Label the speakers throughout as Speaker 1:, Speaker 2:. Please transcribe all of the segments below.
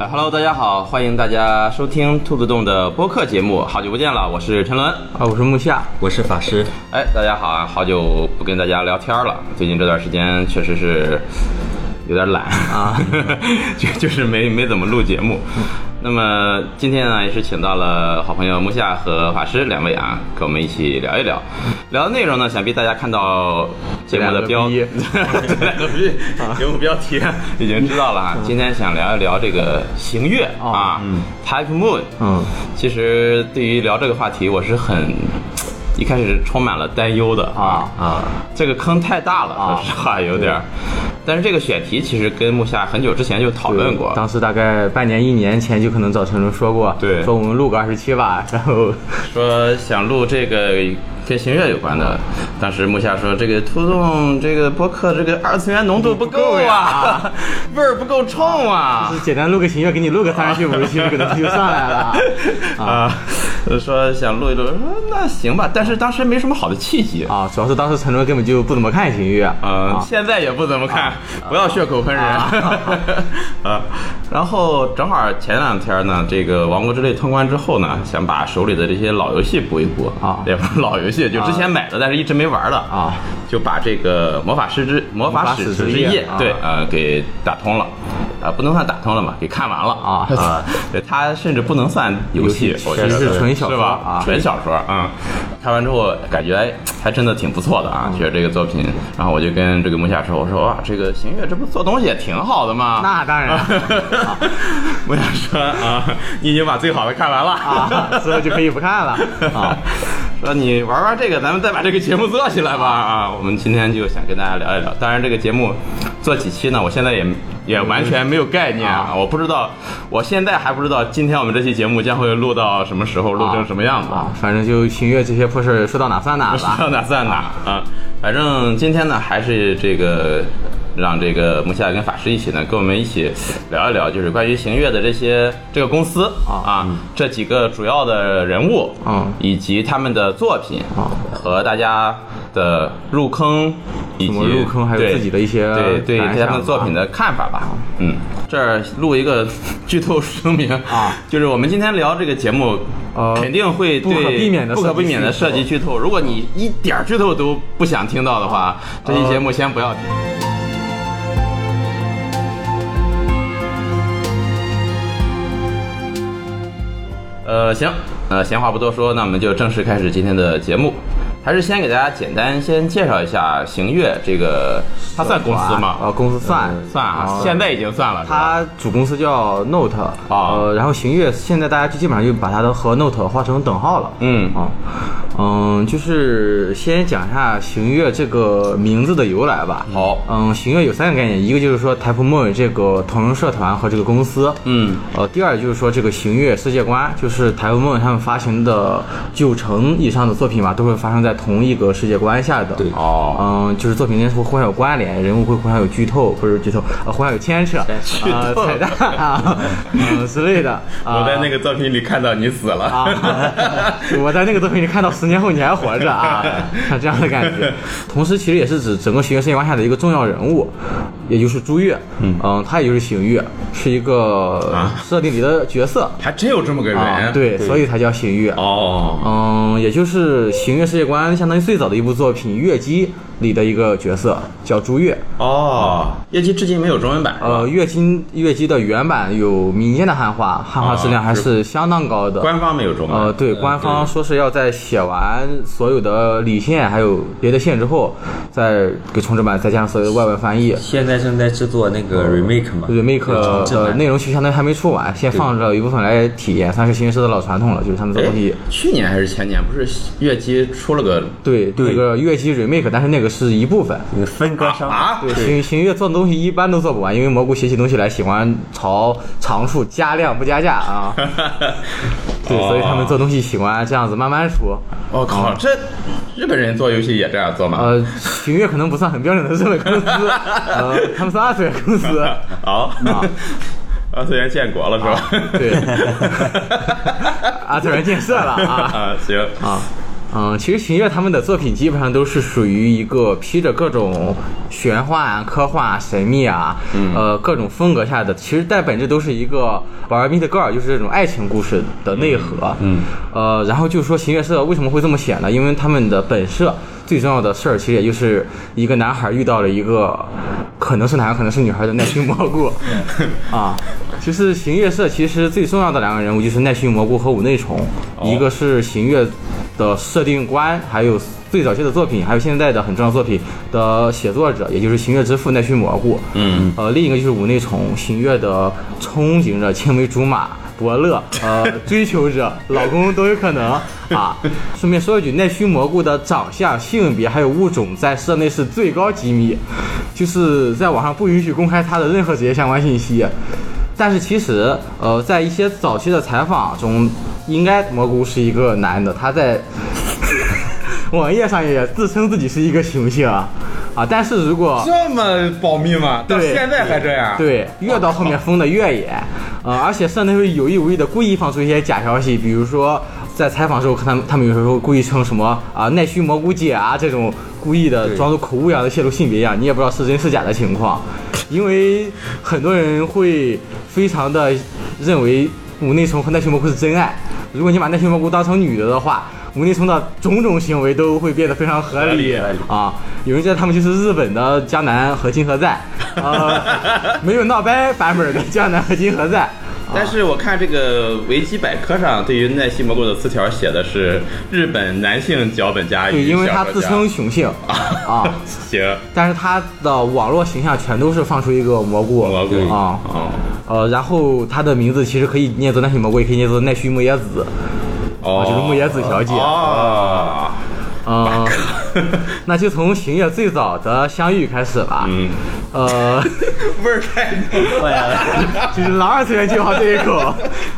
Speaker 1: 哎 Hello，大家好，欢迎大家收听兔子洞的播客节目，好久不见了，我是陈伦。
Speaker 2: 啊，我是木夏，
Speaker 3: 我是法师，
Speaker 1: 哎，大家好啊，好久不跟大家聊天了，最近这段时间确实是有点懒啊， 就就是没没怎么录节目。那么今天呢，也是请到了好朋友木夏和法师两位啊，跟我们一起聊一聊。聊的内容呢，想必大家看到节目的标，
Speaker 2: 这
Speaker 1: 这 两个逼啊节目标题已经知道了啊。今天想聊一聊这个行月啊，Type Moon。
Speaker 2: 嗯，
Speaker 1: 其实对于聊这个话题，我是很一开始充满了担忧的啊
Speaker 2: 啊，
Speaker 1: 这个坑太大了，说实话有点儿。但是这个选题其实跟木下很久之前就讨论过，
Speaker 2: 当时大概半年、一年前就可能找陈伦说过，
Speaker 1: 对
Speaker 2: 说我们录个二十七吧， 然后
Speaker 1: 说想录这个跟行乐有关的。当时木下说这个突动这个播客这个二次元浓度不够啊， 味儿不够冲 啊。
Speaker 2: 简单录个行乐，给你录个三十期、五十期，可能就上来 了。
Speaker 1: 啊，说想录一录，说那行吧，但是当时没什么好的契机啊。
Speaker 2: 啊，主要是当时陈伦根本就不怎么看行乐，
Speaker 1: 呃，
Speaker 2: 啊，
Speaker 1: 现在也不怎么看， 不要血口喷人 啊。然后正好前两天呢，这个《王国之泪》通关之后呢，想把手里的这些老游戏补一补
Speaker 2: 啊
Speaker 1: 也不是老游戏，就之前买的，但是一直没玩的
Speaker 2: 啊，
Speaker 1: 就把这个《魔法师之魔
Speaker 2: 法
Speaker 1: 法
Speaker 2: 使
Speaker 1: 使
Speaker 2: 之
Speaker 1: 之
Speaker 2: 夜
Speaker 1: 夜
Speaker 2: 啊》
Speaker 1: 对呃给打通了。啊，不能算打通了嘛，给看完了
Speaker 2: 啊
Speaker 1: 啊！对，它甚至不能算游戏
Speaker 2: 游，戏
Speaker 1: 我觉得
Speaker 2: 其实是纯小说
Speaker 1: 是吧？
Speaker 2: 啊
Speaker 1: 纯小说啊、看完之后感觉哎，还真的挺不错的啊，
Speaker 2: 嗯
Speaker 1: 觉得这个作品。然后我就跟这个木夏说，我说哇，这个行月这不做东西也挺好的吗？
Speaker 2: 那当然
Speaker 1: 木夏说啊，你已经把最好的看完了
Speaker 2: 啊，之后就可以不看了啊。
Speaker 1: 说你玩玩这个，咱们再把这个节目做起来吧啊！我们今天就想跟大家聊一聊，当然这个节目做几期呢？我现在
Speaker 2: 嗯
Speaker 1: 也也完全没有概念啊，我不知道，我现在还不知道今天我们这期节目将会录到什么时候，录成什么样子
Speaker 2: 啊，反正就行乐这些破事儿说到哪算哪 吧。
Speaker 1: 到哪算哪啊！反正今天呢，还是这个让这个木夏跟法师一起呢，跟我们一起聊一聊，就是关于行乐的这些这个公司
Speaker 2: 啊
Speaker 1: 啊，这几个主要的人物，
Speaker 2: 嗯
Speaker 1: 以及他们的作品
Speaker 2: 啊
Speaker 1: 和大家的入坑。以及
Speaker 2: 怎么入坑还有
Speaker 1: 对
Speaker 2: 自己的一些
Speaker 1: 对对对
Speaker 2: 感
Speaker 1: 他们
Speaker 2: 想啊
Speaker 1: 的作品
Speaker 2: 吧
Speaker 1: 的看法吧，嗯，这儿录一个 剧透声明
Speaker 2: 啊，
Speaker 1: 就是我们今天聊这个节目，
Speaker 2: 呃
Speaker 1: 肯定会
Speaker 2: 不可
Speaker 1: 对
Speaker 2: 避免地
Speaker 1: 不可
Speaker 2: 涉及
Speaker 1: 避免的
Speaker 2: 剧透
Speaker 1: 涉及剧透。如果你一点儿剧透都不想听到的话，
Speaker 2: 啊
Speaker 1: 这期节目先不要听。呃，行，呃，闲话不多说，那我们就正式开始今天的节目。还是先给大家简单先介绍一下行乐这个，它算公司吗？
Speaker 2: 啊，公司算
Speaker 1: 算啊，
Speaker 2: 哦
Speaker 1: 现在已经算了。是吧
Speaker 2: 它主公司叫 Note，
Speaker 1: 啊
Speaker 2: 呃，然后行月现在大家就基本上就把它的和 Note 画成等号了，
Speaker 1: 嗯
Speaker 2: 啊，嗯，就是先讲一下行月这个名字的由来吧。
Speaker 1: 好
Speaker 2: 嗯，行月有三个概念，一个就是说 Type Moon 这个同人社团和这个公司，
Speaker 1: 嗯，
Speaker 2: 呃，第二就是说这个行月世界观，就是台湾梦他们发行的九成以上的作品吧，都会发生在同一个世界观下的。
Speaker 3: 对
Speaker 1: 哦，
Speaker 2: 嗯，就是作品之间会互相有关联，人物会互相有剧透，不是剧透，呃，互相有 牵扯，呃，彩蛋啊， 嗯之类的。啊、
Speaker 1: 我在那个作品里看到你死了。
Speaker 2: 啊，我在那个作品里看到十年后你还活着 啊，像这样的感觉。同时，其实也是指整个行月世界观下的一个重要人物，也就是朱越。嗯，啊他也就是行月，是一个设定里的角色
Speaker 1: 还真有这么个人、
Speaker 2: 啊，对，所以才叫行月。
Speaker 1: 哦，
Speaker 2: 嗯，也就是《行月世界观》相当于最早的一部作品《月姬》里的一个角色叫朱月。
Speaker 1: 哦，夜姬至今没有中文版是吧？
Speaker 2: 啊呃，月姬月姬的原版有民间的汉化，汉化质量还啊是相当高的。
Speaker 1: 官方没有中文版。
Speaker 2: 呃，对，官方说是要在写完所有的理线还有别的线之后，再给重制版，再加上所有的外文翻译。
Speaker 3: 现在正在制作那个 remake 嘛
Speaker 2: 哦 remake 呃
Speaker 3: 重制
Speaker 2: 的
Speaker 3: 版
Speaker 2: 内容其实相当于还没出完，先放着一部分来体验，算是新社的老传统了，就是他们的
Speaker 1: 哎
Speaker 2: 东西。
Speaker 1: 去年还是前年，不是月姬出了个
Speaker 2: 对，
Speaker 3: 对
Speaker 2: 那个月姬 remake，但是那个是一部分，
Speaker 3: 那个分割 商
Speaker 1: 啊？
Speaker 2: 对，行行月做的东西一般都做不完，因为蘑菇写起东西来喜欢朝长处加量不加价啊。对，所以他们做东西喜欢这样子慢慢出。
Speaker 1: 我、哦靠，这日本人做游戏也这样做吗？
Speaker 2: 呃，行月可能不算很标准的日本公司，呃，他们是二次元公司。
Speaker 1: 好、
Speaker 2: 啊
Speaker 1: 二次元建国了是吧？
Speaker 2: 对，二次元建设了啊。
Speaker 1: 啊，行
Speaker 2: 啊，嗯，其实秦月他们的作品基本上都是属于一个披着各种玄幻啊、科幻啊、神秘啊，呃，各种风格下的，其实但本质都是一个《玩命的戈尔》，就是这种爱情故事的内核。嗯，呃，然后就是说秦月社为什么会这么写呢？因为他们的本社最重要的事儿，其实也就是一个男孩遇到了一个可能是男孩可能是女孩的奈须蘑菇，啊，就是行月社其实最重要的两个人物就是奈须蘑菇和五内虫，一个是行月的设定官，还有最早期的作品，还有现在的很重要的作品的写作者，也就是行月之父奈须蘑菇，嗯，呃，另一个就是五内虫，行月的憧憬着青梅竹马。伯乐，呃，追求者、老公都有可能啊。顺便说一句，奈须蘑菇的长相、性别还有物种在社内是最高机密，就是在网上不允许公开他的任何职业相关信息。但是其实，呃，在一些早期的采访中，应该蘑菇是一个男的，他在 网页上也自称自己是一个雄性啊。啊，但是如果
Speaker 4: 这么保密吗？到
Speaker 2: 对
Speaker 4: 现在还这样？，
Speaker 2: 对，越到后面封的越野，呃，而且社内会有意无意的故意放出一些假消息，比如说在采访时候，看他们他们有时候故意称什么啊、奈须蘑菇姐啊这种故意的装作口误一样的泄露性别一样，你也不知道是真是假的情况，因为很多人会非常的认为五内虫和奈须蘑菇是真爱，如果你把奈须蘑菇当成女的的话。五内虫的种种行为都会变得非常合理
Speaker 4: 合理合理
Speaker 2: 啊！有人叫他们就是日本的江南和金和在，呃，没有闹掰版本的江南和金和在。
Speaker 4: 啊
Speaker 1: 但是我看这个维基百科上对于奈西蘑菇的词条写的是日本男性脚本家
Speaker 2: 对，
Speaker 1: 与
Speaker 2: 因为他
Speaker 1: 小说
Speaker 2: 自
Speaker 1: 家
Speaker 2: 称雄性啊，
Speaker 1: 行
Speaker 2: 但是他的网络形象全都是放出一个蘑菇
Speaker 1: 蘑菇
Speaker 2: 啊，
Speaker 1: 哦
Speaker 2: 呃，然后他的名字其实可以念作奈须蘑菇，也可以念作奈须木野子，啊，
Speaker 1: 哦，
Speaker 2: 就是木野子小姐。
Speaker 1: 哦，
Speaker 2: 嗯， 那就从行月最早的相遇开始吧。
Speaker 1: 嗯，
Speaker 2: 呃，
Speaker 4: 味儿太浓
Speaker 2: 啊
Speaker 4: 了。
Speaker 2: 就是老二次元就好这一口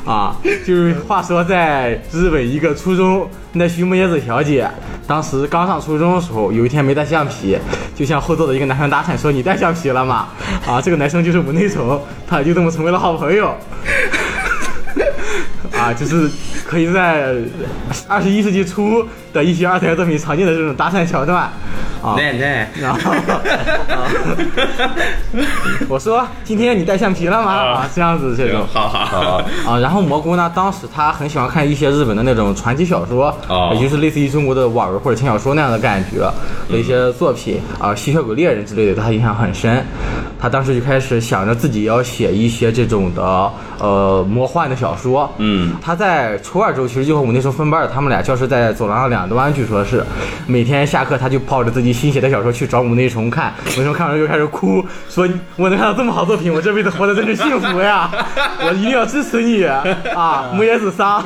Speaker 2: 啊，就是话说在日本一个初中，那须木叶子小姐，当时刚上初中的时候，有一天没带橡皮，就向后座的一个男生搭讪说：“你带橡皮了吗？”啊，这个男生就是我内虫，他俩就这么成为了好朋友。 啊，就是可以在二十一世纪初的一些二次元作品常见的这种搭讪桥段啊。
Speaker 1: 奶奶，
Speaker 2: 然后、啊我说今天你带橡皮了吗？啊，这样子这种。
Speaker 1: 好好好，
Speaker 2: 啊，然后蘑菇呢，当时他很喜欢看一些日本的那种传奇小说，
Speaker 1: 哦
Speaker 2: 啊也就是类似于中国的网文或者轻小说那样的感觉的一些作品啊，吸血鬼猎人》之类的，对他影响很深。他当时就开始想着自己要写一些这种的呃魔幻的小说，
Speaker 1: 嗯，
Speaker 2: 他在初二周其实就和我那时候分班的，他们俩教室在走廊的两端，据说是每天下课他就抱着自己新写的小说去找母内虫看，母内虫看完就开始哭，说我能看到这么好作品，我这辈子活得真是幸福呀，我一定要支持你啊，木野子桑。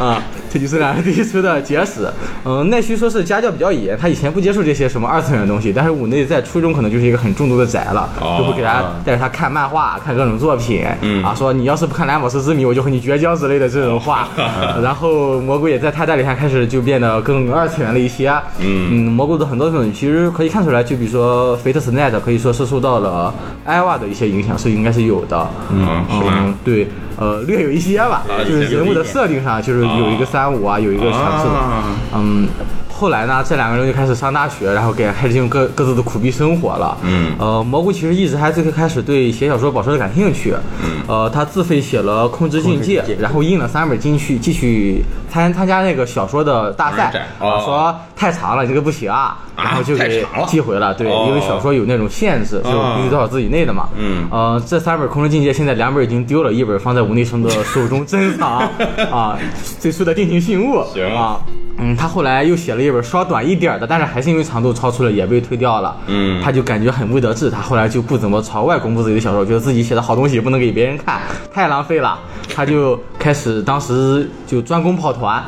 Speaker 2: 啊，这就是两人最初的结识。嗯，奈须说是家教比较严，他以前不接触这些什么二次元的东西，但是五内在初中可能就是一个很重度的宅了，
Speaker 1: 哦
Speaker 2: 就会给他带着他看漫画、看各种作品，
Speaker 1: 嗯
Speaker 2: 啊，说你要是不看《蓝宝石之谜》，我就和你绝交之类的这种 话。
Speaker 1: 嗯
Speaker 2: 然后蘑菇也在他带领下开始就变得更二次元了一些。啊
Speaker 1: 嗯
Speaker 2: 蘑菇的很多作品其实可以看出来，就比如说《Fate s n a t 可以说是受到了艾娃的一些影响，是应该是有的。
Speaker 1: 嗯，是
Speaker 2: 嗯
Speaker 1: 吧？，
Speaker 2: 对，呃，略有一些吧，就是人物的设定上，就是有一个三五啊，有一个全四的
Speaker 1: 啊，
Speaker 2: 嗯。后来呢，这两个人就开始上大学，然后给开始进入各各自的苦逼生活了。
Speaker 1: 嗯
Speaker 2: 呃，蘑菇其实一直还最开始对写小说保持着感兴趣。嗯，呃，他自费写了《控制境界》，然后印了三本进去，继续参参加那个小说的大
Speaker 1: 同人
Speaker 2: 赛
Speaker 1: 展。
Speaker 2: 啊
Speaker 1: 哦
Speaker 2: 说太长了，这个不行啊，然后就
Speaker 1: 太
Speaker 2: 给
Speaker 1: 长了
Speaker 2: 寄回了。对，
Speaker 1: 哦
Speaker 2: 因为小说有那种限制，就必须多少字以内的嘛。
Speaker 1: 嗯
Speaker 2: 呃，这三本《空中境界》现在两本已经丢了，一本放在吴内生的手中珍藏 啊，最初的定情信物
Speaker 1: 行
Speaker 2: 啊。嗯，他后来又写了一本稍短一点儿的，但是还是因为长度超出了，也被推掉了。
Speaker 1: 嗯
Speaker 2: 他就感觉很不得志，他后来就不怎么朝外公布自己的小说，觉得自己写的好东西也不能给别人看，太浪费了。他就开始当时就专攻跑团，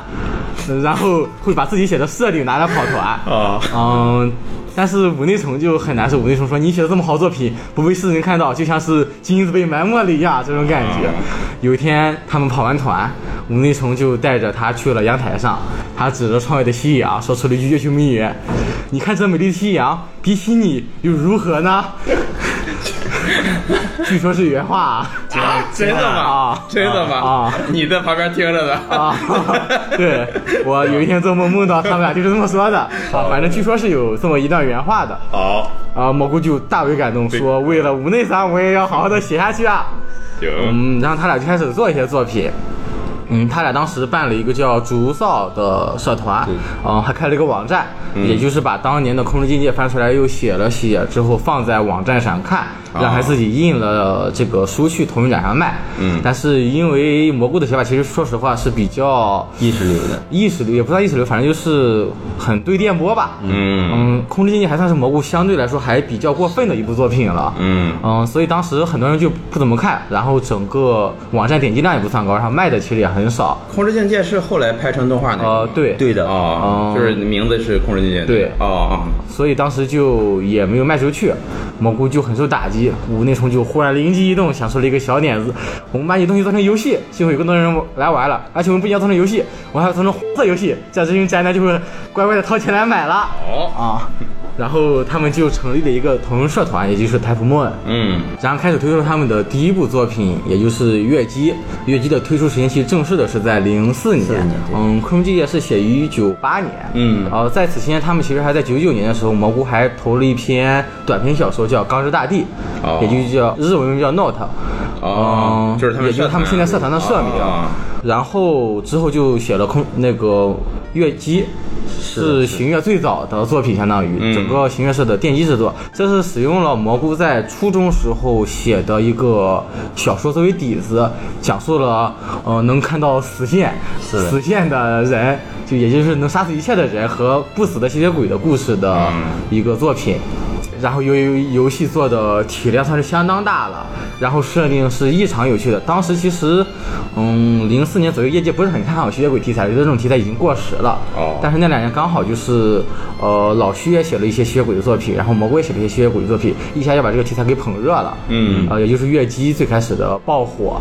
Speaker 2: 嗯然后会把自己写的设定拿来跑团。
Speaker 1: 哦
Speaker 2: 嗯，但是五内虫就很难受。五内虫说：“你写的这么好作品，不被世人看到，就像是金子被埋没了一样，这种感觉。嗯有一天，他们跑完团，五内虫就带着他去了阳台上，他指着窗外的夕阳，说出了一句越秀名言：“你看这美丽的夕阳，比起你又如何呢？” 据说是原话啊
Speaker 4: 啊真的吗
Speaker 2: 啊？
Speaker 4: 真的吗
Speaker 2: 啊？
Speaker 4: 你在旁边听着的
Speaker 2: 啊， 对我有一天做梦梦到他们俩就是这么说的啊，反正据说是有这么一段原话的
Speaker 4: 好，
Speaker 2: 啊，蘑菇就大为感动，说为了无内桑，我也要好好的写下去啊。
Speaker 4: 行，
Speaker 2: 嗯，然后他俩就开始做一些作品。嗯，他俩当时办了一个叫“竹扫”的社团，嗯，还开了一个网站，也就是把当年的《空之境界》翻出来又写了写，之后放在网站上看，然后还自己印了这个书去同人展上卖。嗯，但是因为蘑菇的写法，其实说实话是比较
Speaker 3: 意识流的，
Speaker 2: 意识流，也不算意识流，反正就是很对电波吧。
Speaker 1: 嗯
Speaker 2: 嗯，《空之境界》还算是蘑菇相对来说还比较过分的一部作品了。
Speaker 1: 嗯
Speaker 2: 嗯，所以当时很多人就不怎么看，然后整个网站点击量也不算高，然后卖的其实也很少。
Speaker 4: 《空之境界》是后来拍成动画的
Speaker 2: 呃，对，
Speaker 3: 对的，
Speaker 1: 哦，就是名字是《控制境界》
Speaker 2: 对
Speaker 1: 哦
Speaker 2: 所以当时就也没有卖出去，蘑菇就很受打击。吴内冲就忽然灵机一动，想出了一个小点子，我们把你东西做成游戏，就会有更多人来玩了。而且我们不仅要做成游戏，我还要做成红色游戏，这样这群宅男就会乖乖的掏钱来买了
Speaker 4: 哦，
Speaker 2: 啊。然后他们就成立了一个同人社团，也就是 Type Moon。
Speaker 1: 嗯
Speaker 2: 然后开始推出了他们的第一部作品，也就是《月姬》。《月姬》的推出时间其实正式的是在零四年，嗯，《昆明记夜》是写于一九八年，
Speaker 1: 嗯
Speaker 2: 然后在此期间，他们其实还在九九年的时候，蘑菇还投了一篇短篇小说叫《钢之大地》，
Speaker 1: 哦
Speaker 2: 也就叫日文名叫 Note，
Speaker 1: 哦
Speaker 2: 嗯
Speaker 1: 就是他们
Speaker 2: 也就是他们
Speaker 1: 社团
Speaker 2: 现在社团的社名。
Speaker 1: 哦
Speaker 2: 然后之后就写了空那个月姬。是行月最早的作品，相当于、
Speaker 1: 嗯
Speaker 2: 整个行月社的奠基之作。这是使用了蘑菇在初中时候写的一个小说作为底子，讲述了呃能看到死线，
Speaker 3: 的
Speaker 2: 死线的人，就也就是能杀死一切的人和不死的吸血鬼的故事的
Speaker 1: 嗯
Speaker 2: 一个作品。然后由于游戏做的体量算是相当大了，然后设定是异常有趣的。当时其实，嗯，零四年左右业界不是很看好吸血鬼题材，觉得这种题材已经过时了。
Speaker 1: 哦
Speaker 2: 但是那两年刚好就是，呃，老徐也写了一些吸血鬼的作品，然后蘑菇也写了一些吸血鬼的作品，一下就把这个题材给捧热了。
Speaker 1: 嗯
Speaker 2: 呃，也就是月姬最开始的爆火，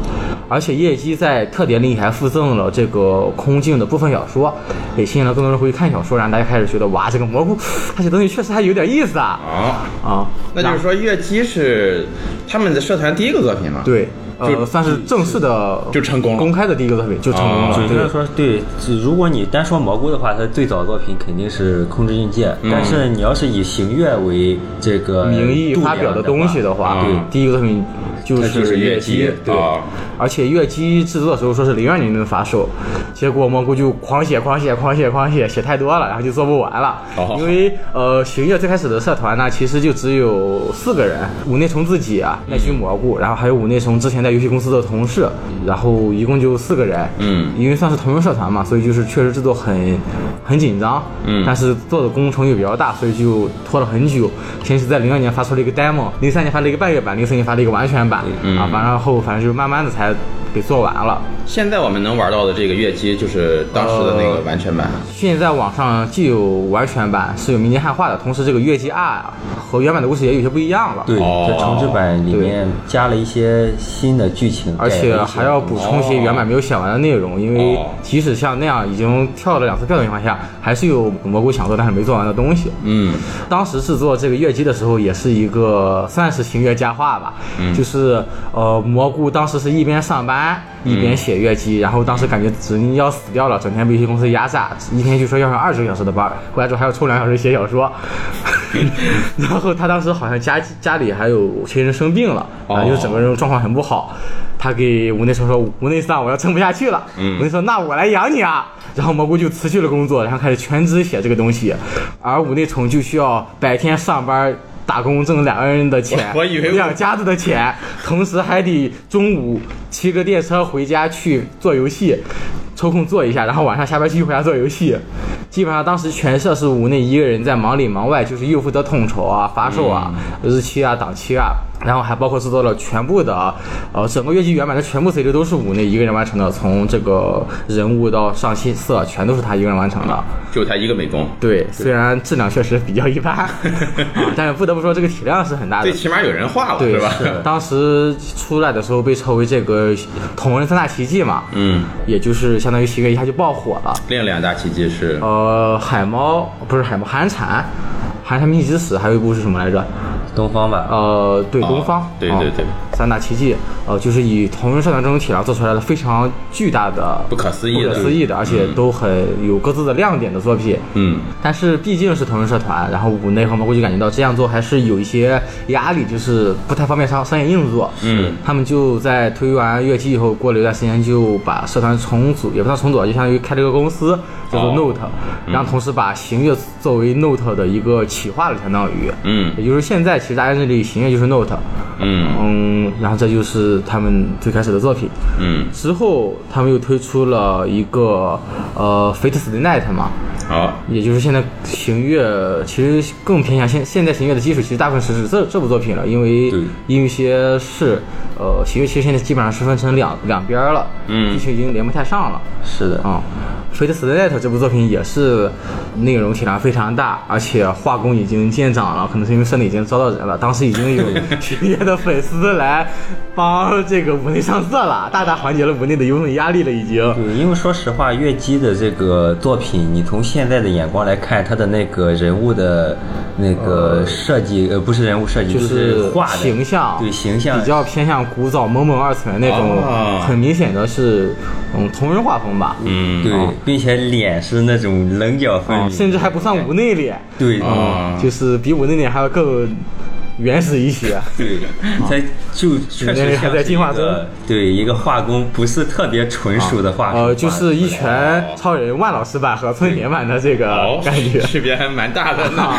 Speaker 2: 而且夜姬在特点里还附赠了这个空镜的部分小说，也吸引了更多人回去看小说，让大家开始觉得哇，这个蘑菇他写东西确实还有点意思啊。
Speaker 1: 哦，
Speaker 2: 啊，
Speaker 4: 那就是说月姬是他们的社团第一个作品嘛？，
Speaker 2: 对，
Speaker 1: 就
Speaker 2: 呃，算是正式的
Speaker 4: 就成功了
Speaker 2: 公开的第一个作品就成功
Speaker 1: 啊
Speaker 2: 了，
Speaker 3: 准确
Speaker 2: 对
Speaker 3: 的说，对，只如果你单说蘑菇的话，它最早的作品肯定是《空之境界》但是你要是以行月为这个
Speaker 2: 嗯名义
Speaker 3: 度
Speaker 2: 发
Speaker 3: 量
Speaker 2: 表
Speaker 3: 的
Speaker 2: 的东西的话，
Speaker 1: 对
Speaker 2: 第一个作品就
Speaker 1: 嗯那就是是月姬
Speaker 3: 对
Speaker 1: 啊
Speaker 2: 而且月姬制作的时候说是零二年的发售，结果蘑菇就狂写、狂写、狂写、狂写，写太多了，然后就做不完了。
Speaker 1: 哦
Speaker 2: 因为呃，行月最开始的社团呢，其实就只有四个人：五内虫自己啊，奈须蘑菇，然后还有五内虫之前在游戏公司的同事，然后一共就四个人。
Speaker 1: 嗯
Speaker 2: 因为算是同人社团嘛，所以就是确实制作很很紧张。
Speaker 1: 嗯
Speaker 2: 但是做的工程又比较大，所以就拖了很久。先是在零二年发出了一个 demo，零三年发了一个半月版，零四年发了一个完全版。
Speaker 1: 嗯
Speaker 2: 啊，完了后反正就慢慢的才给做完了。
Speaker 1: 现在我们能玩到的这个月姬就是当时的那个完全版。
Speaker 2: 现在网上既有完全版是有民间汉化的，同时这个月季 R 和原版的故事也有些不一样了。
Speaker 3: 对，
Speaker 1: 哦
Speaker 3: 在重置版里面加了一些新的剧情，
Speaker 2: 而且
Speaker 3: 改了一些
Speaker 2: 还要补充一些原版没有写完的内容，因为
Speaker 1: 哦
Speaker 2: 即使像那样已经跳了两次票的情况下，还是有蘑菇想做但是没做完的东西。
Speaker 1: 嗯
Speaker 2: 当时制作这个月姬的时候，也是一个算是行月佳话吧，就是呃，蘑菇当时是一边上班一边写月姬，然后当时感觉指定要死掉了，整天被游戏公司压榨，一天据说要上二十个小时的班儿，回来之后还要抽两小时写小说。然后他当时好像家家里还有亲人生病了，然后就整个人状况很不好。他给吴内生说：“吴内桑，我要撑不下去了。”
Speaker 1: 嗯
Speaker 2: 吴内说：“那我来养你啊。”然后蘑菇就辞去了工作，然后开始全职写这个 东西，而五内虫就需要白天上班。打工挣两个人的钱，
Speaker 4: 我我以为我
Speaker 2: 养家子的钱，同时还得中午骑个电车回家去做游戏，抽空做一下，然后晚上下班继续回家做游戏。基本上当时全社是五内一个人在忙里忙外，就是又负责统筹啊、发售啊、日期啊、档期啊，然后还包括制作了全部的，呃，整个月季原版的全部 CD 都是五内一个人完成的，从这个人物到上新色全都是他一个人完成的。
Speaker 1: 就他一个美工。
Speaker 2: 对，虽然质量确实比较一般，啊但是不得不说这个体量是很大的
Speaker 1: 最。起码有人画了，
Speaker 2: 对，
Speaker 1: 吧？
Speaker 2: 是 当时出来的时候被称为这个同人三大奇迹嘛，
Speaker 1: 嗯，
Speaker 2: 也就是相当于喜月一下就爆火了。
Speaker 1: 另两大奇迹是
Speaker 2: 哦呃，海猫不是海猫，寒蝉，寒蝉秘密之死，还有一部是什么来着？
Speaker 3: 东方吧，
Speaker 2: 呃，对，
Speaker 1: 啊
Speaker 2: 东方，
Speaker 1: 对
Speaker 2: 啊
Speaker 1: 对对
Speaker 2: 三大奇迹，呃，就是以同人社团这种体量做出来的非常巨大的、
Speaker 1: 不可思议的
Speaker 2: 不可思议的，而且都很有各自的亮点的作品。
Speaker 1: 嗯，
Speaker 2: 但是毕竟是同人社团，然后五内和蘑菇就感觉到这样做还是有一些压力，就是不太方便商商业运作。
Speaker 1: 嗯，
Speaker 2: 他们就在推完月季以后，过了一段时间就把社团重组，也不算重组，啊就相当于开了个公司，叫做
Speaker 1: 哦
Speaker 2: Note，、然后同时把行乐作为 Note 的一个企划了，相当于。
Speaker 1: 嗯
Speaker 2: 也就是现在其实大家认里行乐就是 Note，
Speaker 1: 嗯
Speaker 2: 嗯，然后这就是他们最开始的作品。
Speaker 1: 嗯，
Speaker 2: 之后，他们又推出了一个呃《Fate Stay Night》嘛，
Speaker 1: 好，
Speaker 2: 也就是现在行乐其实更偏向现现代行乐的基础，其实大部分是指这这部作品了，因为
Speaker 3: 对
Speaker 2: 因为一些事，呃，行乐其实现在基本上是分成两两边了，
Speaker 1: 嗯
Speaker 2: 地区已经连不太上了。
Speaker 3: 是的，
Speaker 2: 啊、f a t e Stay Night》这部作品也是内容体量非常大，而且画工已经见长了，可能是因为社内已经招到人了，当时已经有职业的粉丝来帮这个五内上色了，大大缓解了五内的有种压力了，已经。
Speaker 3: 对，嗯因为说实话，月姬的这个作品，你从现在的眼光来看，他的那个人物的那个设计，呃，不是人物设计，
Speaker 2: 就
Speaker 3: 就是画的
Speaker 2: 形象，
Speaker 3: 对形象
Speaker 2: 比较偏向古早萌萌二次元那种，
Speaker 1: 啊
Speaker 2: 很明显的是，嗯，同人画风吧，
Speaker 1: 嗯
Speaker 3: 对，并且脸是那种棱角分
Speaker 2: 嗯
Speaker 3: 明，
Speaker 2: 甚至还不算无内脸，
Speaker 3: 对
Speaker 2: 哦
Speaker 3: 嗯
Speaker 1: 啊，
Speaker 2: 就是比无内脸还要更原始一些。
Speaker 3: 对，它就确实
Speaker 2: 还在进化中
Speaker 3: 像是一个对，一个画工不是特别纯熟的画工，
Speaker 2: 呃，就是一拳
Speaker 3: 哦
Speaker 2: 超人万老师版和村田版的这个
Speaker 1: 好，
Speaker 2: 感觉。
Speaker 1: 区别还蛮大的呢。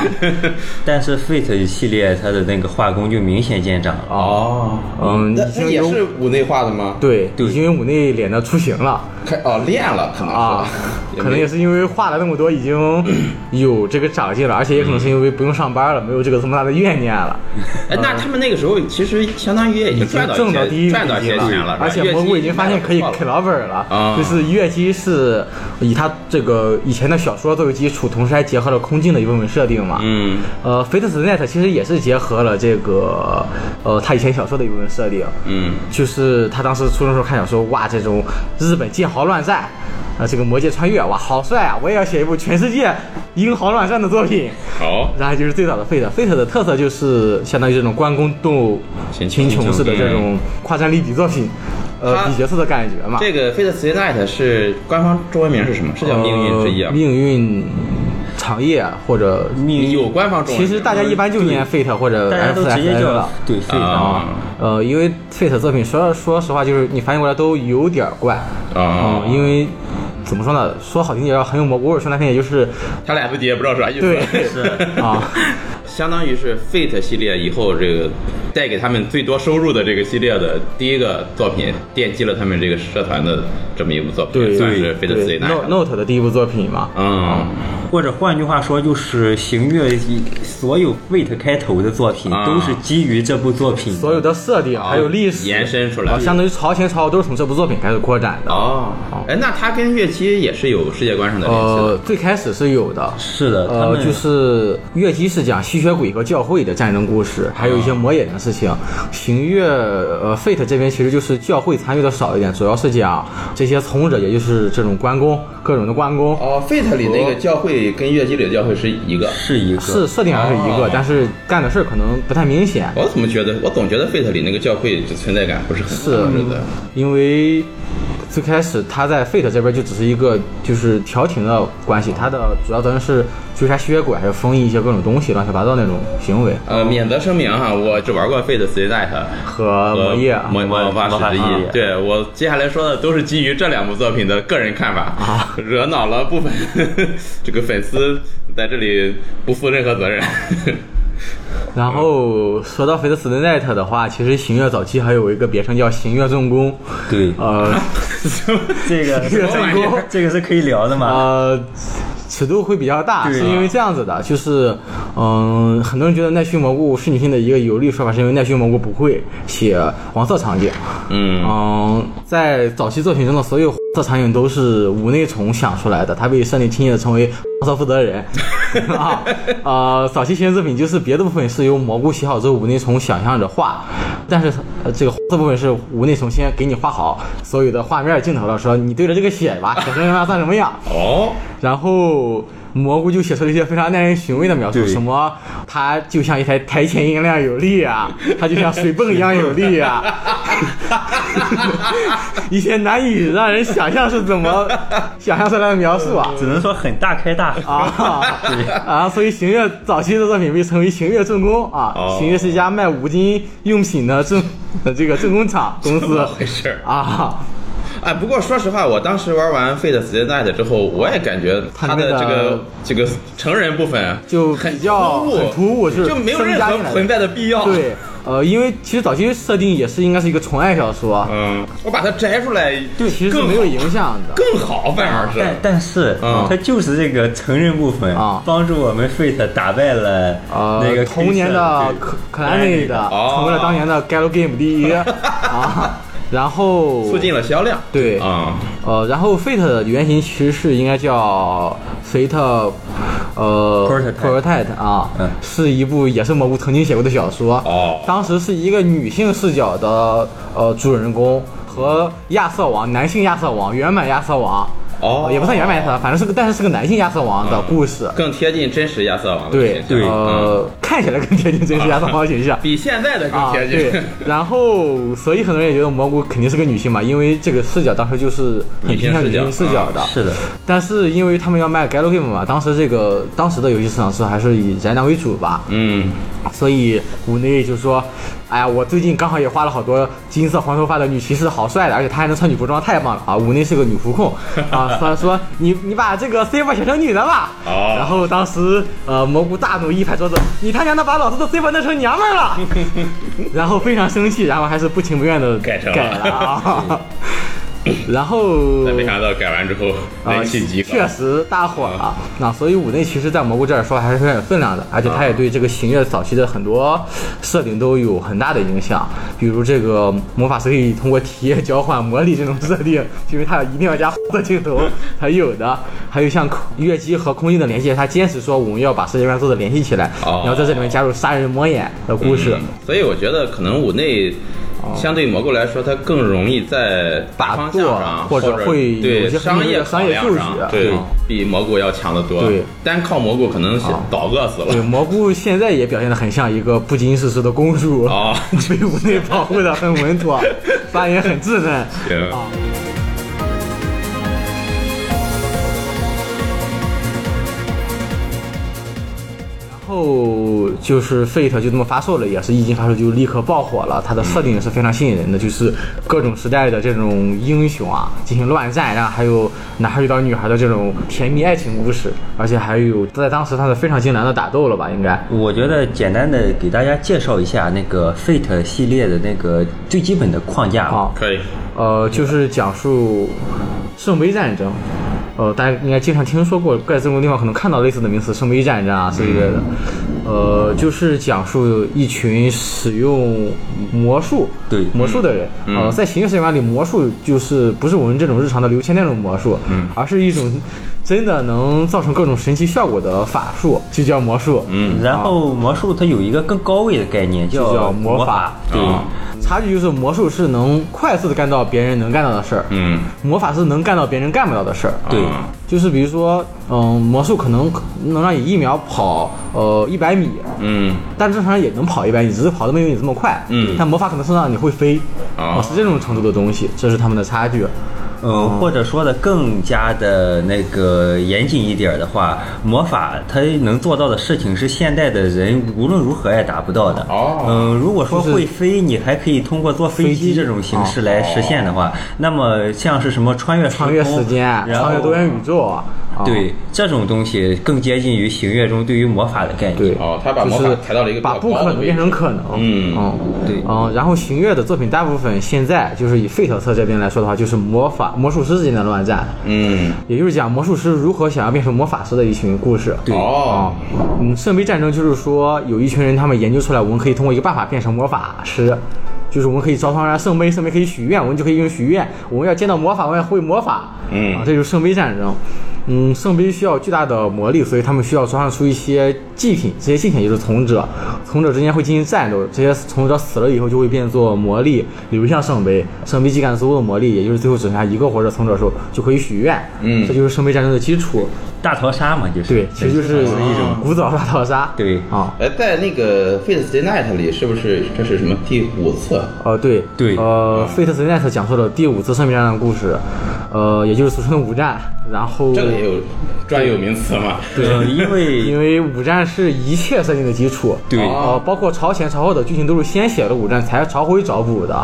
Speaker 3: 但是 Fate 系列它的那个画工就明显见长 了。
Speaker 1: 哦，
Speaker 2: 嗯，
Speaker 4: 那
Speaker 2: 已
Speaker 4: 那
Speaker 2: 经
Speaker 4: 也
Speaker 2: 有
Speaker 4: 是五内化的吗？
Speaker 2: 对，
Speaker 3: 对
Speaker 2: 已经有五内脸的雏形了
Speaker 4: 开哦练了，可能是
Speaker 2: 啊， 可能也是因为画了那么多，已经 有这个长进了，而且也可能是因为不用上班了，没有这个这么大的怨念了。
Speaker 3: 嗯
Speaker 1: 哎，那他们那个时候其实相当于也已经赚到
Speaker 2: 挣到
Speaker 1: 一
Speaker 2: 第
Speaker 1: 些
Speaker 2: 一
Speaker 1: 赚到一
Speaker 2: 笔
Speaker 1: 些
Speaker 2: 了
Speaker 1: 钱了，
Speaker 2: 而且
Speaker 1: 是吧
Speaker 2: 蘑菇已经发现可以
Speaker 1: 月
Speaker 2: 啃
Speaker 1: 薪
Speaker 2: 老本儿了
Speaker 1: 啊。
Speaker 2: 就是月姬是以他这个以前的小说作为基础，同时还结合了空镜的一部分设定嘛。
Speaker 1: 嗯
Speaker 2: 呃，Fate Stay Night 其实也是结合了这个呃他以前小说的一部分设定。
Speaker 1: 嗯
Speaker 2: 就是他当时初中时候看小说，哇，这种日本剑豪乱战，啊、这个魔界穿越，哇，好帅啊！我也要写一部全世界英豪乱战的作品。
Speaker 1: 好，
Speaker 2: 然后就是最早的 Fate。Fate 的特色就是相当于这种关公斗
Speaker 1: 秦
Speaker 2: 秦
Speaker 1: 琼
Speaker 2: 琼式的
Speaker 1: 对
Speaker 2: 这种夸张力比作品，呃，
Speaker 1: 它
Speaker 2: 比角色的感觉嘛。
Speaker 1: 这个《Fate Stay Night》是官方中文名是什么？是叫命运之啊夜
Speaker 2: 呃
Speaker 1: 吗？
Speaker 2: 命运长夜啊或者
Speaker 1: 命有官方中文名
Speaker 2: 其
Speaker 1: 吗，
Speaker 2: 实大家一般就念 Fate 或者
Speaker 3: 大家
Speaker 2: F
Speaker 3: 都直
Speaker 2: S
Speaker 3: 接
Speaker 2: N
Speaker 3: 叫
Speaker 2: 了。
Speaker 3: 对 Fate
Speaker 1: 啊
Speaker 2: 呃，因为 Fate 作品说说实话，就是你翻译过来都有点儿怪
Speaker 1: 啊
Speaker 2: 嗯因为怎么说呢，说好听点儿很有蘑菇味儿，说难听点就是
Speaker 1: 他俩自己也不知道啥意思。
Speaker 2: 对 啊。
Speaker 1: 相当于是 Fate 系列以后这个带给他们最多收入的这个系列的第一个作品，奠基了他们这个社团的这么一部作品，
Speaker 2: 对
Speaker 1: 算是 Fate Stay
Speaker 2: 对
Speaker 1: Night。
Speaker 2: ，Note 的第一部作品嘛，
Speaker 1: 嗯，
Speaker 3: 或者换句话说，就是行月所有 Fate 开头的作品
Speaker 1: 啊
Speaker 3: 都是基于这部作品
Speaker 2: 所有的设定还有历史
Speaker 1: 哦延伸出来
Speaker 2: 啊相当于朝前朝后都是从这部作品开始扩展的。
Speaker 1: 哦，哎，那他跟乐器也是有世界观上的联系的。
Speaker 2: 呃，最开始是有的，
Speaker 3: 是的，他
Speaker 2: 呃，
Speaker 3: 们
Speaker 2: 就是月姬是讲吸血鬼和教会的战争故事，还有一些魔眼的事情。行月呃，Fate 这边其实就是教会参与的少一点，主要是讲这些从者，也就是这种关公，各种的关公。
Speaker 4: 哦，Fate 里那个教会跟月姬里的教会是一个。
Speaker 3: 是一个
Speaker 2: 是设定上是一个，
Speaker 1: 哦
Speaker 2: 但是干的事儿可能不太明显，
Speaker 1: 我怎么觉得，我总觉得 Fate 里那个教会就存在感不是很
Speaker 2: 是
Speaker 1: 强是的。
Speaker 2: 因为最开始他在 Fate 这边就只是一个就是调停的关系，他的主要责任是追杀吸血鬼，还有封印一些各种东西，乱七八糟那种行为
Speaker 1: 呃，免责声明哈，我只玩过 Fate Stay Night
Speaker 2: 和魔夜啊。
Speaker 1: 呃魔魔法使之
Speaker 3: 魔法
Speaker 1: 翼
Speaker 3: 使。
Speaker 1: 对我接下来说的都是基于这两部作品的个人看法，
Speaker 2: 啊
Speaker 1: 惹恼了部分这个粉丝，在这里不负任何责任。
Speaker 2: 然后说到 Fate Stay Night 的话，其实行月早期还有一个别称叫行月重工，
Speaker 3: 对
Speaker 2: 呃
Speaker 3: 这个
Speaker 2: 这个
Speaker 1: 什么玩意儿
Speaker 3: 这个是可以聊的嘛？
Speaker 2: 呃。尺度会比较大，
Speaker 3: 对
Speaker 2: 是因为这样子的，就是，嗯、很多人觉得奈须蘑菇是女性的一个有力说法，是因为奈须蘑菇不会写黄色场景，
Speaker 1: 嗯
Speaker 2: 嗯，在早期作品中的所有黄色场景都是五内虫想出来的，他被胜利亲切的称为黄色负责 人。啊，呃，早期新人作品就是别的部分是由蘑菇写好之后，五内虫想象着画，但是、呃这个黄色部分是五内虫先给你画好 所有的画面镜头了，说你对着这个写吧，写成什么样算什么样。
Speaker 1: 哦，
Speaker 2: 然后蘑菇就写出了一些非常耐人寻味的描述，
Speaker 3: 对
Speaker 2: 什么它就像一台台前音量有力啊，它就像水泵一样有力啊， 一些难以让人想象是怎么想象出来的描述啊。
Speaker 3: 只能说很大开大合。
Speaker 2: 啊啊！所以邢月早期的作品被称为邢月重工啊
Speaker 1: 哦。
Speaker 2: 邢、月是一家卖五金用品的重 的这个重工厂公
Speaker 1: 哦怎 么
Speaker 2: 司
Speaker 1: 回事儿？
Speaker 2: 啊。
Speaker 1: 哎，不过说实话，我当时玩完《Fate Stay Night》之后，我也感觉它的
Speaker 2: 它那个
Speaker 1: 这个这个成人部分
Speaker 2: 就
Speaker 1: 很
Speaker 2: 比较
Speaker 1: 突兀
Speaker 2: 很突兀就是
Speaker 1: 就没有任
Speaker 2: 增加
Speaker 1: 何
Speaker 2: 进来的
Speaker 1: 存在的必要。
Speaker 2: 对，呃，因为其实早期设定也是应该是一个纯爱小说，啊
Speaker 1: 嗯，我把它摘出来，
Speaker 2: 对，其实是
Speaker 1: 更
Speaker 2: 没有
Speaker 1: 好
Speaker 2: 影响的。
Speaker 1: 更好，反而是。
Speaker 3: 但但是
Speaker 1: 嗯，
Speaker 3: 它就是这个成人部分
Speaker 2: 啊
Speaker 3: 帮助我们 Fate 打败了
Speaker 2: 呃，
Speaker 3: 那个
Speaker 2: 同年的
Speaker 3: 对
Speaker 2: 克克兰内的，
Speaker 1: 哦
Speaker 2: 成为了当年的 Gallo Game 第一啊，然后
Speaker 1: 促进了销量，
Speaker 2: 对
Speaker 1: 啊、
Speaker 2: 呃，然后 Fate 的原型其实是应该叫 Fate，呃
Speaker 3: Prototype
Speaker 2: Prototype 啊，
Speaker 3: 嗯
Speaker 2: 是一部也是蘑菇曾经写过的小说。
Speaker 1: 哦
Speaker 2: 当时是一个女性视角的呃主人公和亚瑟王，男性亚瑟王，原版亚瑟王，
Speaker 1: 哦嗯
Speaker 2: 呃也不算原版亚瑟王，反正是个，但是是个男性亚瑟王的故事。
Speaker 1: 更贴近真实亚瑟王的
Speaker 2: 对
Speaker 1: 形象嗯
Speaker 2: 呃，看起来更贴近真实亚瑟王的形象。
Speaker 1: 比现在的更
Speaker 2: 啊，
Speaker 1: 贴近。
Speaker 2: 对，然后所以很多人也觉得蘑菇肯定是个女性嘛，因为这个视角当时就是很偏向女性视角的。
Speaker 3: 是的，
Speaker 2: 但是因为他们要卖 Gallo Game 嘛，当时这个当时的游戏市场是还是以宅男为主吧，
Speaker 1: 嗯，
Speaker 2: 所以谷内就说，哎呀，我最近刚好也花了好多金色黄头发的女骑士，好帅的，而且她还能穿女服装，太棒了啊！谷内是个女服控啊，所以说你你把这个 C 波写成女的吧。
Speaker 1: 哦
Speaker 2: 然后当时呃蘑菇大怒一拍桌子，你他娘的把老子的 C 波弄成娘们儿 了，然后非常生气，然后还是不情不愿的
Speaker 1: 改成了
Speaker 2: 改了 啊。然后
Speaker 1: 但没想到改完之后
Speaker 2: 啊，
Speaker 1: 人气极高。
Speaker 2: 确实大火了。啊
Speaker 1: 嗯
Speaker 2: 那所以五内其实，在蘑菇这儿说还是很有分量的，而且他也对这个行月早期的很多设定都有很大的影响，比如这个魔法师可以通过体液交换魔力这种设定，因为它一定要加红色镜头才有的。还有像月姬和空镜的联系，他坚持说我们要把世界观做的联系起来，
Speaker 1: 哦
Speaker 2: 然后在这里面加入杀人魔眼的故事。
Speaker 1: 嗯所以我觉得可能五内。
Speaker 2: 啊
Speaker 1: 相对蘑菇来说，它更容易在大方向上，
Speaker 2: 把舵或者会有
Speaker 1: 对
Speaker 2: 一些
Speaker 1: 商业
Speaker 2: 商业
Speaker 1: 考量
Speaker 2: 救济
Speaker 1: 上，对
Speaker 2: 嗯
Speaker 1: 比蘑菇要强得多。
Speaker 2: 对，啊
Speaker 1: 单靠蘑菇可能是倒饿死
Speaker 2: 对，
Speaker 1: 了。
Speaker 2: 蘑菇现在也表现得很像一个不经世事的公主
Speaker 1: 哦
Speaker 2: 被屋内保护得很稳 妥，发言很稚嫩。
Speaker 1: 行
Speaker 2: 啊然后就是 Fate 就这么发售了，也是一经发售就立刻爆火了。它的设定也是非常吸引人的，就是各种时代的这种英雄啊进行乱战，然后还有男孩遇到女孩的这种甜蜜爱情故事，而且还有在当时它是非常精良的打斗了吧？应该
Speaker 3: 我觉得简单的给大家介绍一下那个 Fate 系列的那个最基本的框架吧
Speaker 2: 啊，
Speaker 1: 可以，
Speaker 2: 呃，就是讲述圣杯战争。呃，大家应该经常听说过，在这种地方可能看到类似的名词，圣杯战争啊之类的。呃，就是讲述一群使用魔术，
Speaker 3: 对
Speaker 2: 魔术的人。呃，在刑事世界观里，魔术就是不是我们这种日常的流签那种魔术，而是一种真的能造成各种神奇效果的法术，就叫魔术。嗯，
Speaker 3: 然后魔术它有一个更高位的概念，
Speaker 2: 就叫魔
Speaker 3: 魔
Speaker 2: 法
Speaker 3: 对，
Speaker 1: 啊
Speaker 2: 差距就是魔术是能快速的干到别人能干到的事儿，
Speaker 1: 嗯，
Speaker 2: 魔法是能干到别人干不了的事儿。
Speaker 3: 对
Speaker 1: 啊
Speaker 2: 就是比如说，嗯，魔术可能能让你一秒跑呃一百米，
Speaker 1: 嗯，
Speaker 2: 但正常人也能跑一百米，只是跑的没有你这么快。
Speaker 1: 嗯
Speaker 2: 但魔法可能是让你会飞，
Speaker 1: 哦
Speaker 2: 是这种程度的东西，这是他们的差距。
Speaker 3: 呃，
Speaker 2: 嗯
Speaker 3: 或者说的更加的那个严谨一点儿的话，魔法它能做到的事情是现代的人无论如何也达不到的。
Speaker 1: 哦
Speaker 3: 嗯、如果说
Speaker 2: 就是
Speaker 3: 会飞，你还可以通过坐飞
Speaker 2: 飞
Speaker 3: 机
Speaker 2: 机哦
Speaker 3: 这种形式来实现的话，那么像是什么穿越时
Speaker 2: 穿越
Speaker 3: 空
Speaker 2: 时间，
Speaker 3: 然后
Speaker 2: 穿越多元宇宙啊，啊
Speaker 3: 对这种东西更接近于行月中对于魔法的概念。
Speaker 2: 对，
Speaker 1: 哦他把
Speaker 2: 就
Speaker 1: 魔法
Speaker 2: 是
Speaker 1: 抬到了一个比较
Speaker 2: 把不
Speaker 1: 高的
Speaker 2: 可能
Speaker 1: 位
Speaker 2: 变
Speaker 1: 置
Speaker 2: 成可能，
Speaker 1: 嗯
Speaker 3: 对
Speaker 2: 嗯，然后行月的作品大部分现在就是以费特特这边来说的话，就是魔法魔术师之间的乱战，
Speaker 1: 嗯，
Speaker 2: 也就是讲魔术师如何想要变成魔法师的一群故事。对
Speaker 1: 哦，
Speaker 2: 嗯，圣杯战争就是说有一群人，他们研究出来，我们可以通过一个办法变成魔法师，就是我们可以召唤上圣杯，圣杯可以许愿，我们就可以用许愿。我们要见到魔法，我们要会魔法。
Speaker 1: 嗯
Speaker 2: 啊，这就是圣杯战争。嗯，圣杯需要巨大的魔力，所以他们需要召唤出一些祭品，这些祭品也就是从者，从者之间会进行战斗，这些从者死了以后就会变作魔力流向圣杯，圣杯祭干所有的魔力，也就是最后只剩下一个活着从者的时候就可以许愿，
Speaker 5: 嗯
Speaker 2: 这就是圣杯战争的基础，
Speaker 3: 大逃杀嘛，就是
Speaker 2: 对，其实就是
Speaker 3: 是一种
Speaker 2: 古早大逃杀，
Speaker 3: 对
Speaker 2: 啊。
Speaker 1: 哎，在那个《Fate Stay Night》里，是不是这是什么第五册？
Speaker 2: 呃，对
Speaker 3: 对
Speaker 2: 呃，《Fate Stay Night》讲述了第五次圣杯战争的故事，呃，也就是俗称的五战。然后
Speaker 1: 这个也有
Speaker 5: 专有名词嘛。
Speaker 3: 呃，因为
Speaker 2: 因为五战是一切设定的基础，
Speaker 3: 对
Speaker 2: 呃，包括朝前朝后的剧情都是先写了五战，才朝回找补的，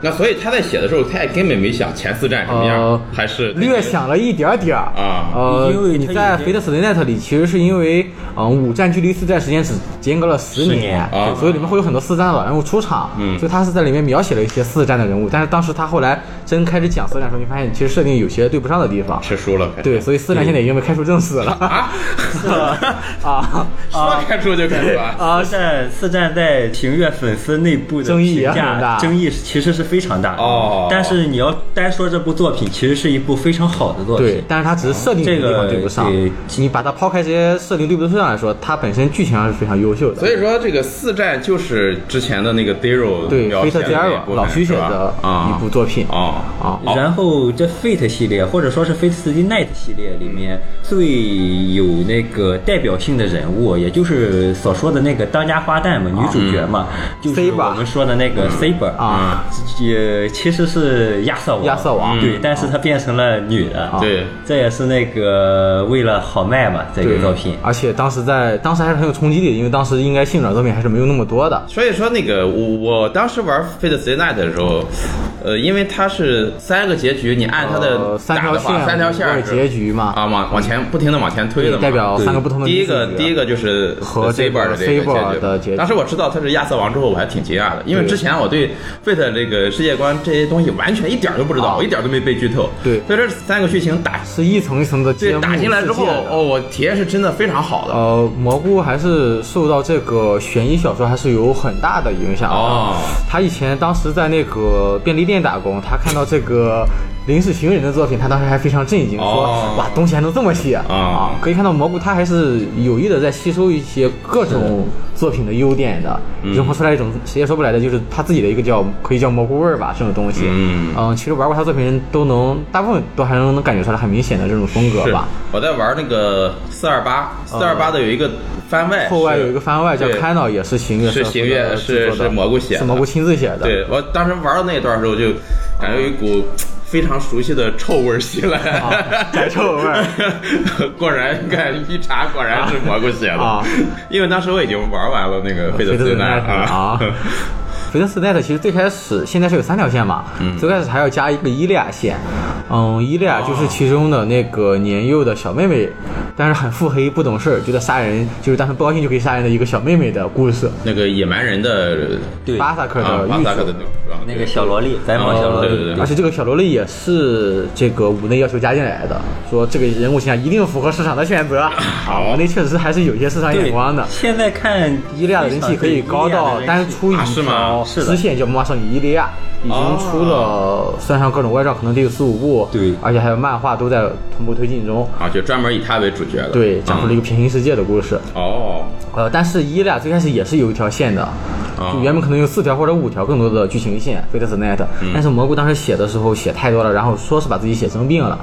Speaker 5: 那所以他在写的时候，他也根本没想前四站什么样，
Speaker 2: 呃，
Speaker 5: 还是
Speaker 2: 略想了一点点儿
Speaker 5: 啊
Speaker 2: 呃，
Speaker 3: 因为
Speaker 2: 你
Speaker 3: 它
Speaker 2: 在《
Speaker 3: 已
Speaker 2: Fate
Speaker 3: 经
Speaker 2: Stay Night》里其实是因为，嗯、五战距离四战时间只间隔了十
Speaker 3: 十
Speaker 2: 年
Speaker 3: 年
Speaker 5: 啊
Speaker 2: 所以里面会有很多四战的老人物出场，嗯，所以他是在里面描写了一些四战的人物，但是当时他后来真开始讲四战的时候，你发现其实设定有些对不上的地
Speaker 1: 啊
Speaker 2: 方，
Speaker 5: 吃书了，开始
Speaker 2: 对，所以四战现在已经被开除正史了
Speaker 5: 啊，
Speaker 2: 啊。
Speaker 5: 说开书就开始了。
Speaker 3: 啊，在四战在行月粉丝内部的
Speaker 2: 争议也
Speaker 3: 评价
Speaker 2: 很大
Speaker 3: 争议其实是非常大的
Speaker 5: 哦
Speaker 3: 但是你要单说这部作品，其实是一部非常好的作品。
Speaker 2: 对，但是它只是设定
Speaker 3: 这
Speaker 2: 的地方
Speaker 3: 个
Speaker 2: 对不上
Speaker 3: 对。
Speaker 2: 你把它抛开这些设定对不上来说，它本身剧情上是非常优秀的。
Speaker 5: 所以说这个四站就是之前的那个 Zero
Speaker 2: 对
Speaker 5: 描
Speaker 2: 菲
Speaker 5: 写
Speaker 2: 特
Speaker 5: 的
Speaker 2: 第
Speaker 5: 那
Speaker 2: 二
Speaker 5: 一部分
Speaker 2: 老徐写
Speaker 5: 是吧
Speaker 2: 的
Speaker 5: 啊
Speaker 2: 一部作品
Speaker 5: 哦
Speaker 2: 啊，
Speaker 3: 然后这 Fate 系列，或者说是 Fate Stay Night 系列里
Speaker 1: 嗯
Speaker 3: 面最有那个代表性的人物，也就是所说的那个当家花旦嘛，
Speaker 1: 啊
Speaker 3: 女主角嘛，
Speaker 1: 嗯
Speaker 3: 就是
Speaker 2: Saber
Speaker 3: 我们说的那个 Saber
Speaker 2: 啊，
Speaker 3: 也其实是亚瑟王，
Speaker 2: 亚瑟
Speaker 1: 嗯
Speaker 2: 王啊
Speaker 3: 对，但是
Speaker 1: 啊
Speaker 3: 她变成了女的，
Speaker 5: 对
Speaker 3: 这也是那个为了好卖嘛，这个作品。
Speaker 2: 而且当时在当时还是很有冲击力的，因为当时应该性转作品还是没有那么多的。
Speaker 1: 所以说，那个我我当时玩《Fate Stay Night》的时候，呃，因为它是三个结局，你按它
Speaker 2: 呃
Speaker 1: 的
Speaker 2: 三
Speaker 1: 打
Speaker 2: 条
Speaker 1: 的话，
Speaker 2: 线，
Speaker 1: 三条
Speaker 2: 五
Speaker 1: 线
Speaker 2: 个
Speaker 1: 是
Speaker 2: 结局嘛，
Speaker 1: 啊，往往前不停的往前推的嘛。
Speaker 2: 代表三个不同的
Speaker 1: 第一
Speaker 2: 女主
Speaker 1: 个
Speaker 2: 角。
Speaker 1: 第一个就是
Speaker 2: 和这
Speaker 1: Saber
Speaker 2: 个
Speaker 1: 的这
Speaker 2: Saber 的
Speaker 1: 个
Speaker 2: 结局
Speaker 1: 当时我知道他是亚瑟王之后，我还挺惊讶的，因为之前我对 Fate 这个世界观这些东西完全一点儿都不知道，
Speaker 2: 啊
Speaker 1: 我一点儿都没被剧透。
Speaker 2: 对
Speaker 1: 所以这三个剧情打
Speaker 2: 是一层一层的
Speaker 1: 对
Speaker 2: 揭幕
Speaker 1: 打进来之后，
Speaker 2: 世界的
Speaker 1: 哦，我体验是真的非常好的。
Speaker 2: 呃，蘑菇还是受到这个悬疑小说还是有很大的影响的。
Speaker 1: 哦
Speaker 2: 他以前当时在那个便利店打工，他看到这个临时行人的作品，他当时还非常震惊，说：“
Speaker 1: 哦
Speaker 2: 哇，东西还能这么写、啊！”可以看到蘑菇他还是有意的在吸收一些各种作品的优点的，
Speaker 1: 嗯
Speaker 2: 融合出来一种谁也说不来的，就是他自己的一个叫可以叫蘑菇味儿吧，这种东西。
Speaker 1: 嗯
Speaker 2: 其实玩过他作品人都能，大部分都还能感觉出来很明显的这种风格吧。
Speaker 1: 我在玩那个四二八，四二八的有一个番外，
Speaker 2: 后啊外
Speaker 1: 是
Speaker 2: 有一个番外叫
Speaker 1: 对
Speaker 2: Cano，也是行月
Speaker 1: 是
Speaker 2: 社
Speaker 1: 行
Speaker 2: 负责
Speaker 1: 月是
Speaker 2: 制作的
Speaker 1: 是蘑菇写的
Speaker 2: 是蘑菇亲自写的。
Speaker 1: 对我当时玩到那一段的时候，就感觉有一股非常熟悉的臭味儿袭来，
Speaker 2: 啊 宅臭味儿。
Speaker 1: 果然，看一查，果然是蘑菇写的。
Speaker 2: 啊
Speaker 1: 因为当时我已经玩完了那个《费德斯奈》
Speaker 2: 啊。肥特斯奈特其实最开始现在是有三条线嘛，
Speaker 1: 嗯
Speaker 2: 最开始还要加一个伊利亚线，嗯，伊利亚就是其中的那个年幼的小妹妹，但是很腹黑不懂事儿，觉得杀人就是单纯不高兴就可以杀人的一个小妹妹的故事。
Speaker 1: 那个野蛮人的
Speaker 3: 对，
Speaker 2: 巴萨克
Speaker 1: 啊
Speaker 2: 的，
Speaker 1: 巴
Speaker 2: 狱
Speaker 1: 萨克
Speaker 2: 主
Speaker 1: 的那个是吧
Speaker 3: 那个小萝莉，白毛小萝
Speaker 1: 对哦
Speaker 3: 莉，
Speaker 1: 对对
Speaker 2: 而且这个小萝莉也是这个五内要求加进来的，说这个人物形象一定符合市场的选择。好，五内确实还是有一些市场眼光哎的。
Speaker 3: 现在看
Speaker 2: 伊利亚的人气可以高到单出一
Speaker 1: 啊是哦吗
Speaker 2: 条
Speaker 3: 是的
Speaker 2: 支线叫《魔法少女伊利亚》，啊已经出了，算上各种外传，可能得有四五部。
Speaker 3: 对
Speaker 2: 而且还有漫画都在同步推进中。
Speaker 1: 啊，就专门以他为主角的。
Speaker 2: 对，讲述了
Speaker 1: 嗯
Speaker 2: 一个平行世界的故事。
Speaker 1: 哦，
Speaker 2: 呃，但是伊利亚最开始也是有一条线的，
Speaker 1: 哦
Speaker 2: 就原本可能有四条或者五条更多的剧情线《Fate Night》，但是
Speaker 1: 嗯
Speaker 2: 蘑菇当时写的时候写太多了，然后说是把自己写生病 了，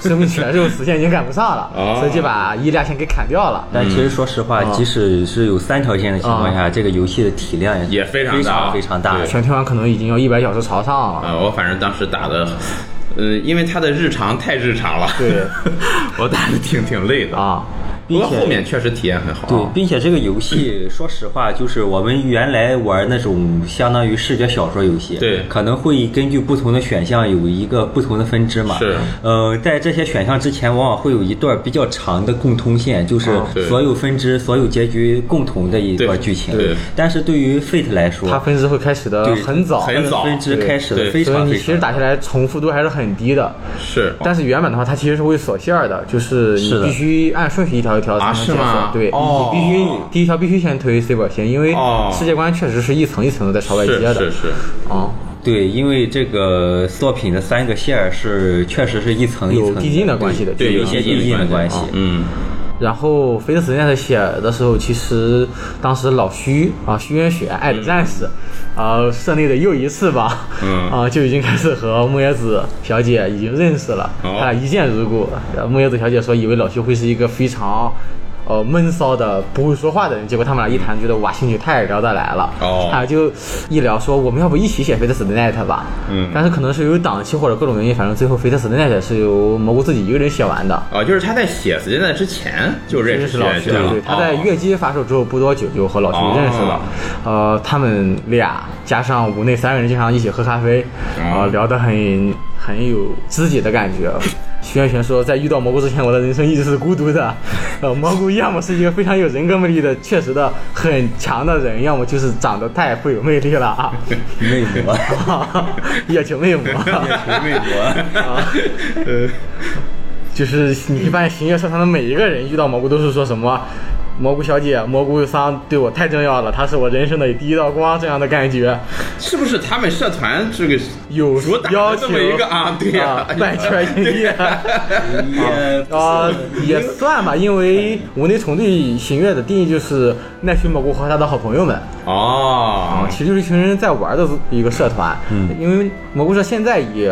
Speaker 2: 生病起来之后死线已经赶不上了，
Speaker 1: 哦
Speaker 2: 所以就把伊利亚线给砍掉了。
Speaker 3: 但其实说实话，
Speaker 2: 啊
Speaker 3: 即使是有三条线的情况下，这个游戏的体量也
Speaker 1: 也非常
Speaker 3: 非
Speaker 1: 大
Speaker 3: 常非常大
Speaker 1: 对。
Speaker 2: 全听完可能已经要一百小时朝上了。
Speaker 1: 啊，我反正当时打的，呃，因为他的日常太日常了，
Speaker 2: 对，
Speaker 1: 我打的挺挺累的。
Speaker 2: 啊，
Speaker 1: 不过
Speaker 3: 并且
Speaker 1: 后面确实体验很好。
Speaker 3: 对，并且这个游 戏，说实话，就是我们原来玩那种相当于视觉小说游戏，
Speaker 1: 对
Speaker 3: 可能会根据不同的选项有一个不同的分支嘛。
Speaker 1: 是，
Speaker 3: 呃，在这些选项之前，往往会有一段比较长的共通线，就是
Speaker 1: 啊对
Speaker 3: 所有分支、所有结局共同的一段
Speaker 1: 对
Speaker 3: 剧情。
Speaker 1: 对
Speaker 3: 但是对于 Fate 来说，
Speaker 2: 它分支会开始的
Speaker 3: 对
Speaker 2: 很早，
Speaker 1: 很早
Speaker 3: 分支
Speaker 2: 对
Speaker 3: 开始的
Speaker 1: 对
Speaker 3: 非
Speaker 2: 所以
Speaker 3: 常
Speaker 2: 你
Speaker 3: 非
Speaker 2: 其实
Speaker 3: 常
Speaker 2: 打下来重复度还是很低的。
Speaker 1: 是，哦
Speaker 2: 但是原版的话，它其实是会锁线儿的，就是
Speaker 3: 是
Speaker 2: 你
Speaker 3: 的
Speaker 2: 必须按顺序一条一条才
Speaker 1: 啊
Speaker 2: 能解
Speaker 1: 是
Speaker 2: 锁。
Speaker 1: 吗
Speaker 2: 对，
Speaker 1: 哦
Speaker 2: 你必须第一条必须先推 C 本先，因为
Speaker 1: 哦
Speaker 2: 世界观确实是一层一层的在朝外接
Speaker 1: 是
Speaker 2: 的。
Speaker 1: 是是。
Speaker 2: 哦，
Speaker 3: 对，因为这个作品的三个线儿是确实是一层一层
Speaker 2: 有递进的关系的，啊
Speaker 1: 对
Speaker 3: 有
Speaker 1: 有
Speaker 3: 一些
Speaker 1: 递进
Speaker 3: 递进的
Speaker 1: 的
Speaker 3: 关
Speaker 1: 关
Speaker 3: 系。
Speaker 1: 嗯，
Speaker 2: 然后《飞驰 n e 在写的时候，其实当时老徐啊，徐元雪、爱的战士，啊、胜利的又一次吧，
Speaker 1: 嗯
Speaker 2: 啊、就已经开始和木叶子小姐已经认识了，
Speaker 1: 哦
Speaker 2: 他俩一见如故。呃木叶子小姐说以为老徐会是一个非常。呃，闷骚的不会说话的人，结果他们俩一谈，觉得哇，兴趣太聊得来了。
Speaker 1: 哦
Speaker 2: 他俩就一聊说，我们要不一起写《飞特死的 night》吧？
Speaker 1: 嗯
Speaker 2: 但是可能是由于档期或者各种原因，反正最后《飞特死的 night》是由蘑菇自己一个人写完的。
Speaker 1: 哦，就是他在写《死在之前就认
Speaker 2: 认
Speaker 1: 识
Speaker 2: 识老
Speaker 1: 徐
Speaker 2: 徐
Speaker 1: 了，
Speaker 2: 对，他在
Speaker 1: 哦
Speaker 2: 月姬发售之后不多久就和老徐认识了，呃，他们俩加上屋内三个人经常一起喝咖啡，
Speaker 1: 哦
Speaker 2: 呃，聊得很很有知己的感觉。徐元玄说，在遇到蘑菇之前，我的人生一直是孤独的。呃，蘑菇要么是一个非常有人格魅力的、确实的很强的人，要么就是长得太富有魅力 了啊，
Speaker 3: 魅魔，
Speaker 2: 野球魅魔。
Speaker 1: 啊
Speaker 3: 魅
Speaker 2: 啊
Speaker 3: 魔，
Speaker 1: 哦 呃
Speaker 2: 就是你发现行月社团的每一个人遇到蘑菇都是说什么。蘑菇小姐，蘑菇桑对我太重要了，她是我人生的第一道光，这样的感觉，
Speaker 1: 是不是他们社团这个
Speaker 2: 有
Speaker 1: 主打
Speaker 2: 要
Speaker 1: 的
Speaker 2: 求
Speaker 1: 这么一个啊？对呀、呃
Speaker 2: 半圈营业， 啊，
Speaker 3: 也
Speaker 2: 也算吧，因为我那重对行月的定义就是奈须蘑菇和他的好朋友们，
Speaker 1: 哦，
Speaker 2: 啊其实就是一群人在玩的一个社团。嗯，因为蘑菇社现在也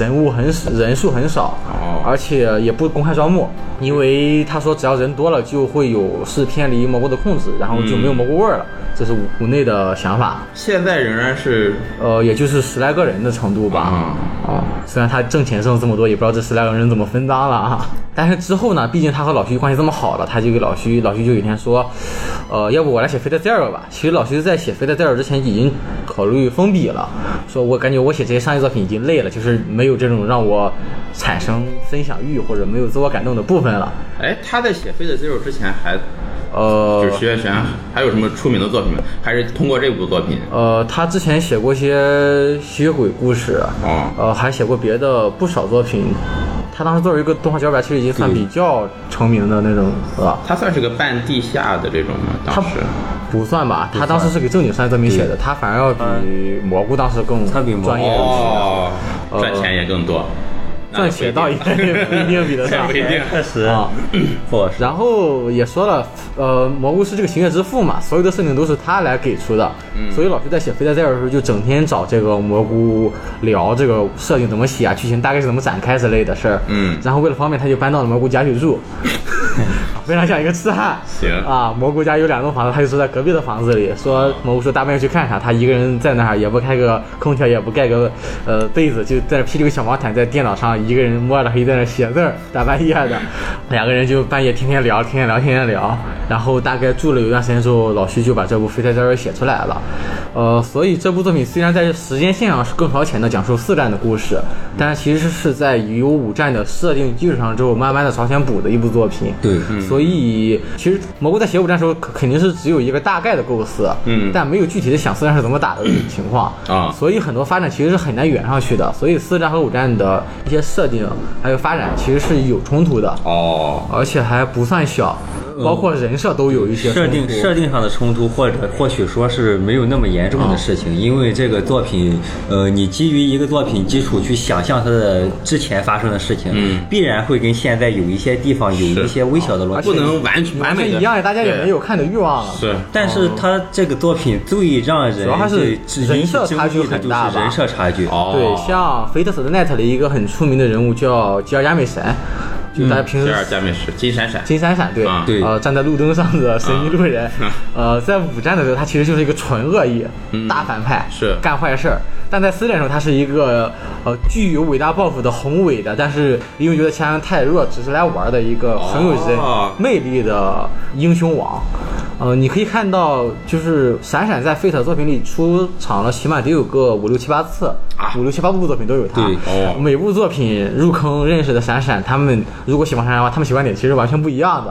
Speaker 2: 人物很少，人数很少，
Speaker 1: 哦
Speaker 2: 而且也不公开招募，因为他说只要人多了就会有是偏离蘑菇的控制，然后就没有蘑菇味儿了。这是五内的想法，
Speaker 1: 现在仍然是
Speaker 2: 呃，也就是十来个人的程度吧。
Speaker 1: 啊
Speaker 2: 啊，虽然他挣钱挣这么多，也不知道这十来个人怎么分赃了啊。但是之后呢，毕竟他和老徐关系这么好了，他就给老徐，老徐就有一天说，呃，要不我来写《飞的 Zero》吧。其实老徐在写《飞的 Zero》之前已经考虑封笔了，说我感觉我写这些商业作品已经累了，就是没有这种让我产生分享欲或者没有自我感动的部分了。
Speaker 1: 哎，他在写《飞的 Zero》之前还
Speaker 2: 呃，
Speaker 1: 就是徐月璇啊还有什么出名的作品吗？还是通过这部作品？
Speaker 2: 呃，他之前写过一些吸血鬼故事，
Speaker 1: 哦
Speaker 2: 呃，还写过别的不少作品。他当时作为一个动画脚本，其实已经算比较成名的那种了。
Speaker 1: 他算是个半地下的这种吗？当
Speaker 2: 他
Speaker 1: 时
Speaker 2: 不算吧，他当时是给正经商业作品写的，他反而要比蘑菇当时更
Speaker 3: 他比蘑菇
Speaker 2: 专业一些，
Speaker 1: 哦，赚钱也更多，
Speaker 2: 呃赚钱倒也不一定比得 上
Speaker 1: 不一 定。
Speaker 3: 确实
Speaker 2: 啊。
Speaker 3: 不是。
Speaker 2: 然后也说了，呃，蘑菇是这个行月之父嘛，所有的设定都是他来给出的，
Speaker 1: 嗯
Speaker 2: 所以老师在写《飞在这儿》的时候，就整天找这个蘑菇聊这个设定怎么写啊，剧情大概是怎么展开之类的事儿。
Speaker 1: 嗯
Speaker 2: 然后为了方便，他就搬到了蘑菇家去 住，非常像一个痴汉。
Speaker 1: 行
Speaker 2: 啊，蘑菇家有两栋房子，他就住在隔壁的房子里。说蘑菇说大半夜去看他，他一个人在那儿也不开个空调，也不盖个呃被子，就在那儿披着个小毛毯，在电脑上一个人摸着黑在那儿写字儿，大半夜的。两个人就半夜天天聊，天天聊，天天聊。然后大概住了有段时间之后，老徐就把这部《飞在这儿》写出来了。呃，所以这部作品虽然在时间线上是更超前的，讲述四战的故事，但是其实是在有五战的设定基础上之后，慢慢的朝前补的一部作品。
Speaker 3: 对，
Speaker 1: 嗯
Speaker 2: 所以其实蘑菇在写五战的时候，肯肯定是只有一个大概的构思，
Speaker 1: 嗯
Speaker 2: 但没有具体的想四战是怎么打的情况
Speaker 1: 啊
Speaker 2: 所以很多发展其实是很难圆上去的。所以四战和五战的一些设定还有发展其实是有冲突的，
Speaker 1: 哦，
Speaker 2: 而且还不算小，
Speaker 1: 嗯
Speaker 2: 包括人设都有一些
Speaker 3: 设
Speaker 2: 冲
Speaker 3: 定
Speaker 2: 突
Speaker 3: 设定上的冲突，或者或许说是没有那么严重的事
Speaker 2: 啊
Speaker 3: 情，因为这个作品，呃，你基于一个作品基础去想象它的之前发生的事情，
Speaker 2: 嗯
Speaker 3: 必然会跟现在有一些地方有一些微小的
Speaker 2: 啊
Speaker 3: 逻辑
Speaker 1: 不。能完全
Speaker 2: 完
Speaker 1: 美
Speaker 2: 全
Speaker 1: 的
Speaker 2: 一样，大家也没有看的欲望了。
Speaker 1: 是
Speaker 3: 但是它这个作品最让人
Speaker 2: 啊主要还是
Speaker 3: 最
Speaker 2: 人
Speaker 3: 引起
Speaker 2: 设
Speaker 3: 争
Speaker 2: 差距
Speaker 3: 议的
Speaker 2: 很
Speaker 3: 就是
Speaker 2: 大吧
Speaker 3: 人设差距。
Speaker 1: 哦，
Speaker 2: 对，像《Fate of the Night》里一个很出名的人物叫吉尔加美神，就大家平
Speaker 1: 第
Speaker 2: 时
Speaker 1: 二加美食金闪闪，
Speaker 2: 金闪闪对
Speaker 1: 啊
Speaker 3: 对
Speaker 2: 呃，站在路灯上的神秘路人，呃，在五战的时候，他其实就是一个纯恶意、大反派，
Speaker 1: 嗯是
Speaker 2: 干坏事儿；但在四战的时候，他是一个呃具有伟大抱负的宏伟的，但是因为觉得其他人太弱，只是来玩儿的一个很有人
Speaker 1: 哦
Speaker 2: 魅力的英雄王。呃，你可以看到，就是闪闪在 Fate 作品里出场了，起码得有个五六七八次，
Speaker 1: 啊
Speaker 2: 五六七八部作品都有他。
Speaker 3: 对
Speaker 1: 哦
Speaker 2: 每部作品入坑认识的闪闪，他们如果喜欢闪闪的话，他们喜欢点其实完全不一样的。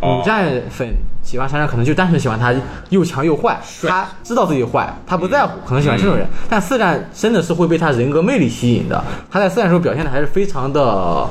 Speaker 1: 哦
Speaker 2: 五战粉喜欢闪闪，可能就单纯喜欢他又强又坏，他知道自己坏，他不在乎，
Speaker 3: 嗯
Speaker 2: 可能喜欢这种人。但四战真的是会被他人格魅力吸引的，他在四战的时候表现的还是非常的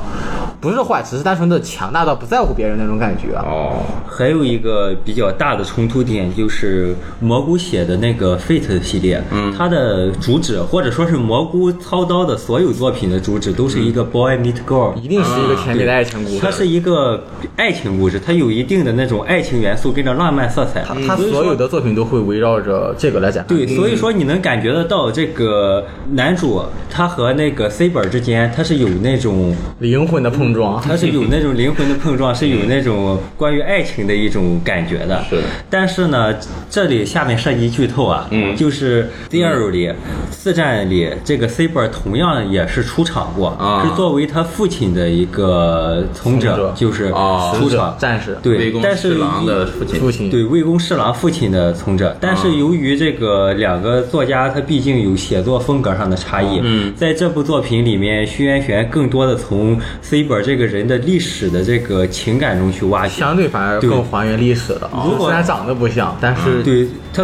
Speaker 2: 不是坏，只是单纯的强大到不在乎别人那种感觉。啊
Speaker 1: 哦，
Speaker 3: 还有一个比较大的冲突点就是蘑菇写的那个 Fate 系列，嗯，它的主旨或者说是蘑菇操刀的所有作品的主旨都是一个 boy meet girl，
Speaker 2: 一定是一个甜嗯美的爱情故事。嗯
Speaker 3: 它嗯是一个爱情故事，它有一定的那种爱情元素跟着浪漫色彩。
Speaker 2: 他他嗯所有的作品都会围绕着这个来展开。
Speaker 3: 对，所以说你能感觉得到这个男主他和那个 Saber 之间，他是有那种
Speaker 2: 灵魂的碰撞。
Speaker 3: 它是有那种灵魂的碰撞，是有那种关于爱情的一种感觉的。
Speaker 1: 是
Speaker 3: 但是呢，这里下面涉及剧透啊，嗯，就是第二里、四战里，这个 Saber 同样也是出场过，
Speaker 1: 啊
Speaker 3: 是作为他父亲的一个从者，
Speaker 2: 从者啊
Speaker 3: 就是
Speaker 1: 哦
Speaker 3: 出
Speaker 2: 死
Speaker 3: 场、
Speaker 2: 者战士
Speaker 1: 魏
Speaker 3: 对
Speaker 1: 公，
Speaker 3: 但是
Speaker 1: 侍郎的父 亲
Speaker 2: 父亲
Speaker 3: 对魏公侍郎父亲的从者，但是由于这个两个作家他毕竟有写作风格上的差异，嗯，在这部作品里面，徐元玄更多的从 Saber 这个人的历史的这个情感中去挖掘。
Speaker 2: 相对反而更还原历史了啊
Speaker 3: 如。果
Speaker 2: 虽然长得不像，但是
Speaker 3: 啊对他，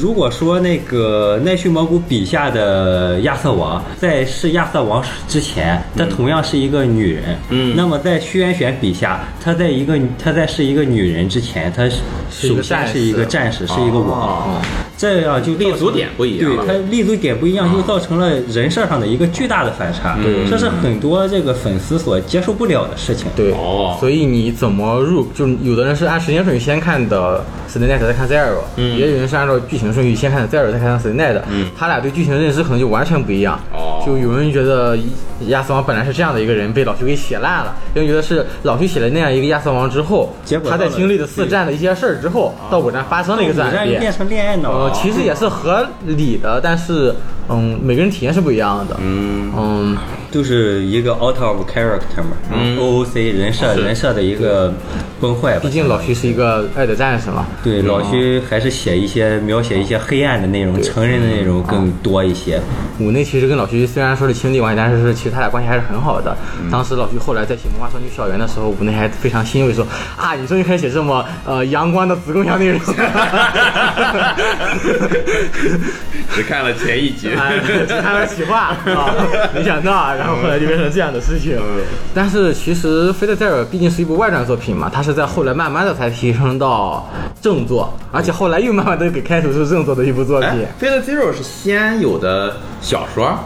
Speaker 3: 如果说那个奈绪蘑菇笔下的亚瑟王，在是亚瑟王之前，她同样是一个女人。嗯，那么在徐元玄笔下，她在一个她在是一个女人之前，她
Speaker 2: 是一
Speaker 3: 首
Speaker 2: 个
Speaker 3: 先
Speaker 2: 战
Speaker 3: 是一
Speaker 2: 士
Speaker 3: 个战士，是一个王。这样就
Speaker 4: 立
Speaker 3: 造
Speaker 4: 足
Speaker 3: 成
Speaker 4: 点不一样了
Speaker 3: 对它立足点不一样，就造成了人设上的一个巨大的反差，这是很多这个粉丝所接受不了的事情。
Speaker 2: 对，
Speaker 4: 哦
Speaker 2: 所以你怎么入？就是有的人是按时间顺序先看的《s t a n i g h t 再看 Zero，、也有人是按照剧情顺序先看的 Zero 再看的 s t a n i g h t 他俩对剧情的认知可能就完全不一样。
Speaker 1: 哦
Speaker 2: 就有人觉得亚瑟王本来是这样的一个人，被老徐给写烂了；有人觉得是老徐写了那样一个亚瑟王之后，
Speaker 3: 结果
Speaker 2: 他在
Speaker 3: 到了
Speaker 2: 经历了四战的一些事儿之后，啊到五战发生了一个
Speaker 3: 偶
Speaker 2: 转
Speaker 3: 然
Speaker 2: 变，
Speaker 3: 变成恋爱脑啊
Speaker 2: 呃
Speaker 3: 了，，
Speaker 2: 其实也是合理的，但是嗯，每个人体验是不一样的。嗯
Speaker 3: 就是一个 out of character 嘛、o o c 人设人设的一个崩坏吧
Speaker 2: 毕。竟老徐是一个爱的战士嘛。
Speaker 3: 对，老徐还是写一些描写一些黑暗的内容，成人的内容更多一些。
Speaker 2: 五内其实跟老徐虽然说是亲弟关系，但是是其实他俩关系还是很好的。当时老徐后来在写《魔法少女校园》的时候，五内还非常欣慰说：“啊，你终于开始写这么呃阳光的子宫腔内 容。
Speaker 1: 只看了前一集”
Speaker 2: 哎，只看了企划啊， 没想到，然后后来就变成这样的事情。
Speaker 4: 嗯
Speaker 2: 但是其实《菲特戴尔》毕竟是一部外传作品嘛，它是在后来慢慢的才提升到正作，而且后来又慢慢的给开除出正作的一部作
Speaker 4: 哎
Speaker 2: 品。
Speaker 4: ，Fate Zero 是先有的小说，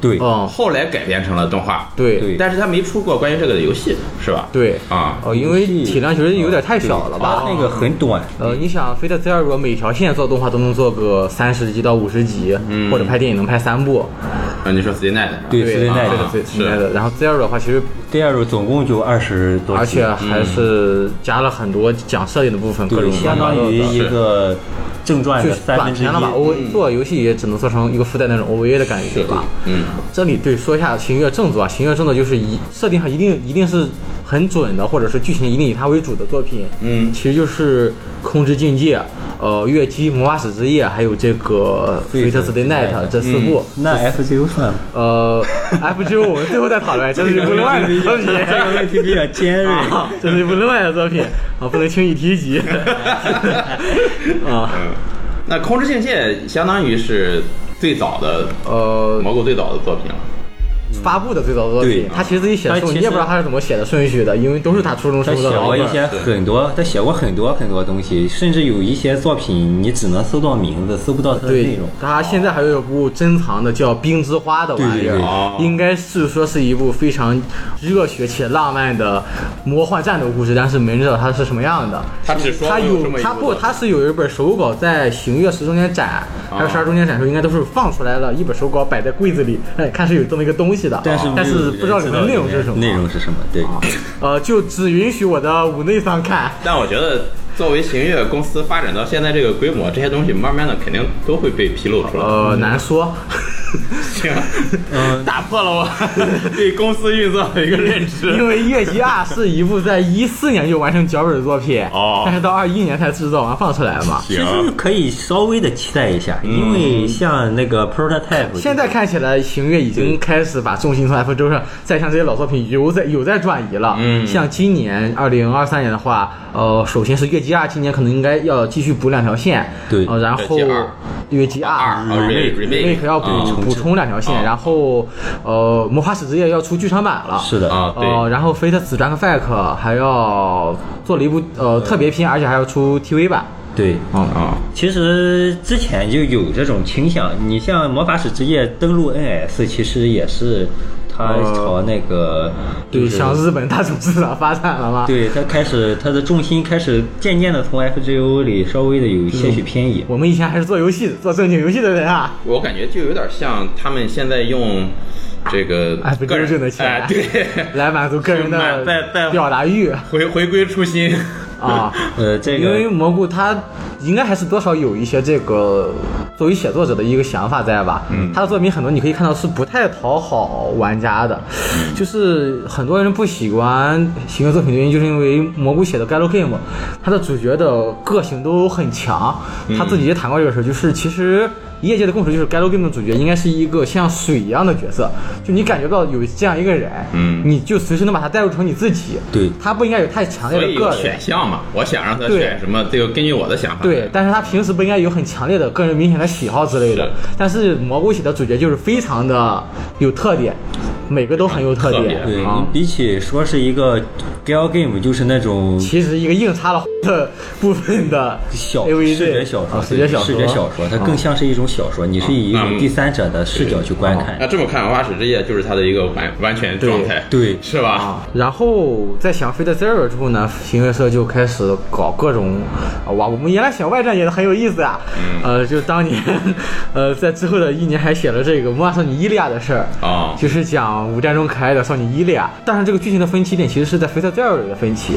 Speaker 3: 对，
Speaker 2: 嗯，
Speaker 4: 后来改编成了动画。
Speaker 2: 对
Speaker 3: 对
Speaker 4: 但是他没出过关于这个的游戏，是吧？
Speaker 2: 对
Speaker 4: 啊哦
Speaker 2: 哦，因为体量其实有点太小了吧？
Speaker 3: 那个很短，
Speaker 2: 呃，你想《飞特 Zero》每条线做动画都能做个三十集到五十集，
Speaker 4: 嗯
Speaker 2: 或者拍电影能拍三部。
Speaker 4: 啊，你说 Z Night
Speaker 3: 对，时
Speaker 2: 对
Speaker 3: 间
Speaker 2: 啊
Speaker 3: 耐
Speaker 2: 对的，对
Speaker 4: 是
Speaker 2: 的。然后 Zero 的话，其实
Speaker 3: 第二总共就二十多集，
Speaker 2: 而且还是加了很多讲设定的部分，各
Speaker 3: 对，
Speaker 2: 种
Speaker 3: 相当于嗯一个正传
Speaker 2: 就
Speaker 3: 的
Speaker 2: 是
Speaker 3: 三
Speaker 2: 版
Speaker 3: 分之一
Speaker 2: 权了吧？。哦我做游戏也只能做成一个附带那种 OVA 的感觉吧。
Speaker 4: 嗯，
Speaker 2: 这里对说一下行月正作啊，行月正作就是一设定上一定一定是很准的，或者是剧情一定以它为主的作品。嗯，其实就是《空之境界》、呃，《月姬》、《魔法使之夜》，还有这个《Fate Stay Night》这四部。
Speaker 3: 那 FGO 算吗？
Speaker 2: 呃，FGO 我们最后再讨论，这是一部另外的作品。
Speaker 3: 这个问题比较尖锐。
Speaker 2: 啊， 这是一部另外的作品啊，不能轻易提 及。啊，
Speaker 4: 那《空之境界》相当于是最早的
Speaker 2: 呃，
Speaker 4: 蘑菇最早的作品了。
Speaker 2: 发布的最早的作品
Speaker 3: 对，
Speaker 2: 他其实自己写
Speaker 3: 他
Speaker 2: 的时候，你
Speaker 3: 其实
Speaker 2: 也不知道他是怎么写的顺序的，因为都是他初中
Speaker 3: 他
Speaker 2: 生
Speaker 3: 写
Speaker 2: 的老
Speaker 3: 过
Speaker 2: 本
Speaker 3: 一
Speaker 2: 儿
Speaker 3: 些很多，他写过很多很多东西，甚至有一些作品你只能搜到名字，搜不到它的内
Speaker 2: 对
Speaker 3: 容。，
Speaker 2: 他现在还有一部珍藏的叫《冰之花》的玩意
Speaker 3: 对对对
Speaker 2: 儿
Speaker 4: 哦，
Speaker 2: 应该是说是一部非常热血且浪漫的魔幻战斗故事，但是没人知道它是什么样的。
Speaker 1: 他只说
Speaker 2: 他
Speaker 1: 有这么一
Speaker 2: 他
Speaker 1: 部
Speaker 2: 不，
Speaker 1: 作
Speaker 2: 他是有一本手稿在行月十周年展，还有十二周年展的时候，应该都是放出来了，一本手稿摆在柜子里， 哎，看是有这么一个东西的，
Speaker 3: 但是
Speaker 2: 但
Speaker 3: 没有
Speaker 2: 是
Speaker 3: 人
Speaker 2: 不知道里面内容是什么。
Speaker 3: 啊内容是什么？对，
Speaker 2: 呃，就只允许我的五内桑看。
Speaker 4: 但我觉得，作为行月公司发展到现在这个规模，这些东西慢慢的肯定都会被披露出 来。
Speaker 2: 呃，难说。
Speaker 4: 行，打破了我 对公司运作的一个认知。
Speaker 2: 因为《月姬二》是一部在一四年就完成脚本的作品，
Speaker 4: 哦
Speaker 2: 但是到二一年才制造完放出来嘛。
Speaker 3: 其实可以稍微的期待一下，因为像那个 prototype，
Speaker 2: 现在看起来，行月已经开始把重心从 F 周上，再向这些老作品有在有在转移了。嗯，像今年二零二三年的话，呃，首先是《月姬二》，今年可能应该要继续补两条线。
Speaker 3: 对
Speaker 2: 呃然后
Speaker 4: 月姬二
Speaker 2: 《月姬二》哦
Speaker 4: 二 remake remake
Speaker 2: remake 要补
Speaker 4: 啊
Speaker 3: 重
Speaker 2: 补
Speaker 3: 置
Speaker 2: 充两条线，然后呃，魔法使之夜要出剧场版了，
Speaker 3: 是的
Speaker 4: 啊，
Speaker 2: 呃，
Speaker 4: 对，
Speaker 2: 然后 Fate Strike Back 还要做了一部呃特别篇，而且还要出 TV 版，
Speaker 3: 对。
Speaker 2: 嗯，
Speaker 4: 啊，
Speaker 3: 其实之前就有这种倾向，你像《魔法使之夜》登陆 NS，其实也是它
Speaker 2: 呃
Speaker 3: 朝那个
Speaker 2: 对，
Speaker 3: 就是
Speaker 2: 向日本大众市场发展了嘛，
Speaker 3: 对它开始它的重心开始渐渐的从 FGO 里稍微的有
Speaker 2: 嗯
Speaker 3: 些许偏移。
Speaker 2: 我们以前还是做游戏的，做正经游戏的人啊，
Speaker 4: 我感觉就有点像他们现在用这个
Speaker 2: 哎，不
Speaker 4: 个
Speaker 2: 正经
Speaker 4: 人
Speaker 2: 的钱，
Speaker 4: 哎 对，
Speaker 2: 来满足个人
Speaker 4: 去买带带
Speaker 2: 的表达欲
Speaker 4: 回回归初心。
Speaker 2: 啊。
Speaker 3: 呃，这
Speaker 2: 因为
Speaker 3: 个
Speaker 2: 蘑菇它应该还是多少有一些这个作为写作者的一个想法在吧？嗯，他的作品很多你可以看到是不太讨好玩家的，就是很多人不喜欢喜欢作品的原因，就是因为蘑菇写的《Gallo Game》，他的主角的个性都很强，他自己也谈过这个事儿，就是其实。业界的共识就是《Gallo Game》的主角应该是一个像水一样的角色，就你感觉到有这样一个人，嗯，你就随时能把他代入成你自己，
Speaker 3: 对
Speaker 2: 他不应该有太强烈
Speaker 4: 所
Speaker 2: 的
Speaker 4: 以
Speaker 2: 个
Speaker 4: 有
Speaker 2: 人
Speaker 4: 选项嘛，我想让他
Speaker 2: 对
Speaker 4: 选什么，这个根据我的想法。
Speaker 2: 啊对，，但是他平时不应该有很强烈的个人明显的喜好之类的
Speaker 4: 是。
Speaker 2: 但是蘑菇写的主角就是非常的有特点，每个都很有特
Speaker 4: 特
Speaker 2: 点
Speaker 4: 别
Speaker 3: 对
Speaker 2: 啊
Speaker 3: 你。比起说是一个 gal game，就是那种
Speaker 2: 其实一个硬插了 的部分的
Speaker 3: 小
Speaker 2: AV
Speaker 3: 视觉小说，
Speaker 2: 啊视觉小说，啊
Speaker 3: 视觉小说，它更像是一种小说，你是以一种
Speaker 4: 嗯
Speaker 3: 第三者的视角去观看。
Speaker 1: 哦
Speaker 4: 那这么看，《花使之夜》就是他的一个完完全状态，
Speaker 3: 对对
Speaker 4: 是吧？
Speaker 2: 啊，然后在想 Fate Zero 之后呢，行月社就开始搞各种，啊哇，我们原来选外传也很有意思啊，
Speaker 3: 嗯
Speaker 2: 呃，就当年， 呃，在之后的一年还写了这个《魔法少女伊利亚》的事儿
Speaker 1: 啊
Speaker 3: 啊
Speaker 4: 哦
Speaker 2: 就是讲五战中可爱的少女伊利亚。但是这个剧情的分歧点其实是在 Fate Zero 里的分歧，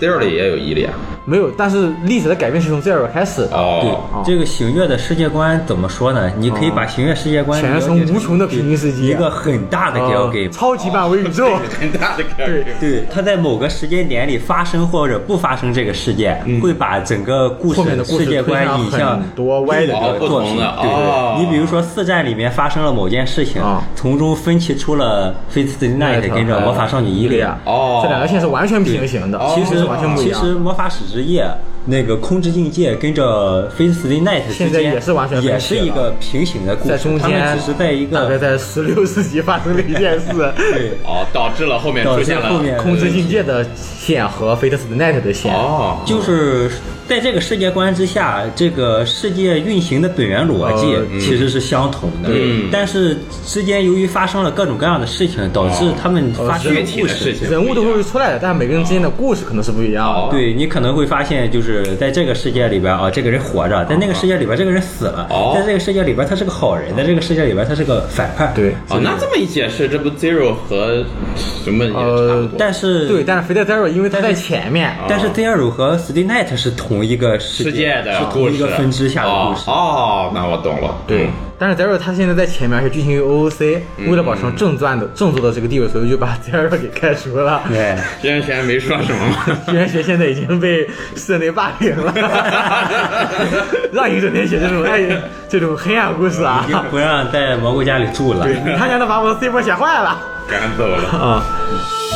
Speaker 4: Zero 里也有伊利亚。
Speaker 2: 没有，但是历史的改变是从 Zero 开始
Speaker 1: 啊
Speaker 2: 的，
Speaker 3: 对
Speaker 4: 哦，，
Speaker 3: 这个行月的世界观怎么说呢？你可以把行月世界观
Speaker 2: 哦全是从
Speaker 3: 了解成
Speaker 2: 无穷的平行世界
Speaker 3: 一个很大的 gal
Speaker 2: 呃
Speaker 3: game。
Speaker 2: 超级漫威宇 宙。
Speaker 4: 很大的改
Speaker 2: 对
Speaker 4: 变。
Speaker 3: 对，它在某个时间点里发生或者不发生这个事件，会把整个故
Speaker 2: 嗯后面
Speaker 3: 事
Speaker 2: 的故事
Speaker 3: 世界观引
Speaker 2: 推向
Speaker 3: 向
Speaker 2: 很多歪的
Speaker 3: 另一个
Speaker 4: 地方
Speaker 3: 作品。
Speaker 4: 不同的
Speaker 3: 对
Speaker 4: 哦
Speaker 3: 你比如说四战里面发生了某件事情
Speaker 2: 啊，
Speaker 3: 从中分歧出了 Fate Stay Night 跟着魔法少女伊利亚。
Speaker 4: 哦
Speaker 2: 这两条线是完全平行的，
Speaker 3: 其
Speaker 2: 是
Speaker 3: 实
Speaker 2: 啊哦完全不一
Speaker 3: 其
Speaker 2: 样。
Speaker 3: 实魔法使之夜那个空之境界跟着 Fate Stay Night 之间
Speaker 2: 现在也是完全分
Speaker 3: 也
Speaker 2: 歧
Speaker 3: 是
Speaker 2: 了
Speaker 3: 一个平行的故
Speaker 2: 在
Speaker 3: 事，
Speaker 2: 中
Speaker 3: 他
Speaker 2: 间
Speaker 3: 们只是在一
Speaker 2: 大概
Speaker 3: 个
Speaker 2: 在十六世纪发生的一件事，
Speaker 3: 对
Speaker 4: 哦，导致了后面
Speaker 3: 导
Speaker 4: 出
Speaker 3: 致
Speaker 4: 现了
Speaker 3: 后面
Speaker 2: 空之境界的线和 Fate s Night 的线。
Speaker 4: 哦，
Speaker 3: 就是在这个世界观之下，这个世界运行的本源逻辑
Speaker 2: 呃
Speaker 3: 其实是相同的，
Speaker 4: 嗯
Speaker 3: 但是之间由于发生了各种各样的事情，导致他们发生
Speaker 4: 具
Speaker 3: 的
Speaker 4: 哦体
Speaker 3: 故
Speaker 4: 的事
Speaker 3: 事。
Speaker 4: 情
Speaker 2: 人物都会出来的，但是每个人之间的故事可能是不一样的。
Speaker 4: 哦
Speaker 3: 对你可能会发现，就是在这个世界里边啊，这个人活着；在那个世界里边，这个人死了；
Speaker 4: 哦
Speaker 3: 在这个世界里边，他是个好人；在这个世界里边，他是个反派。
Speaker 2: 对
Speaker 4: 哦，那这么一解释，这不 Zero 和什么也差不
Speaker 2: 呃
Speaker 4: 多。
Speaker 3: 但是
Speaker 2: 对，但是 Fate Zero 因为它在前面，
Speaker 3: 但是 Zero 和 Stay Night 是同一个
Speaker 4: 哦
Speaker 3: 世
Speaker 4: 世界的
Speaker 3: 是
Speaker 4: 故事啊
Speaker 3: 同一个分支下的故事。
Speaker 4: 哦，哦那我懂了。嗯
Speaker 2: 对，但是 Zero 它现在在前面，而且剧情有 OOC，、为了保持正传的正作的这个地位，所以就把 Zero 给开除了。
Speaker 3: 对，
Speaker 4: 之前轩没说什么吗？
Speaker 2: 学员学现在已经被社内霸凌了，让你整天写这种爱这种黑暗故事啊
Speaker 3: 已！经不让在蘑菇家里住了。
Speaker 2: 对你看见他把我的 C 波写坏了。
Speaker 4: 赶走了。
Speaker 2: 啊。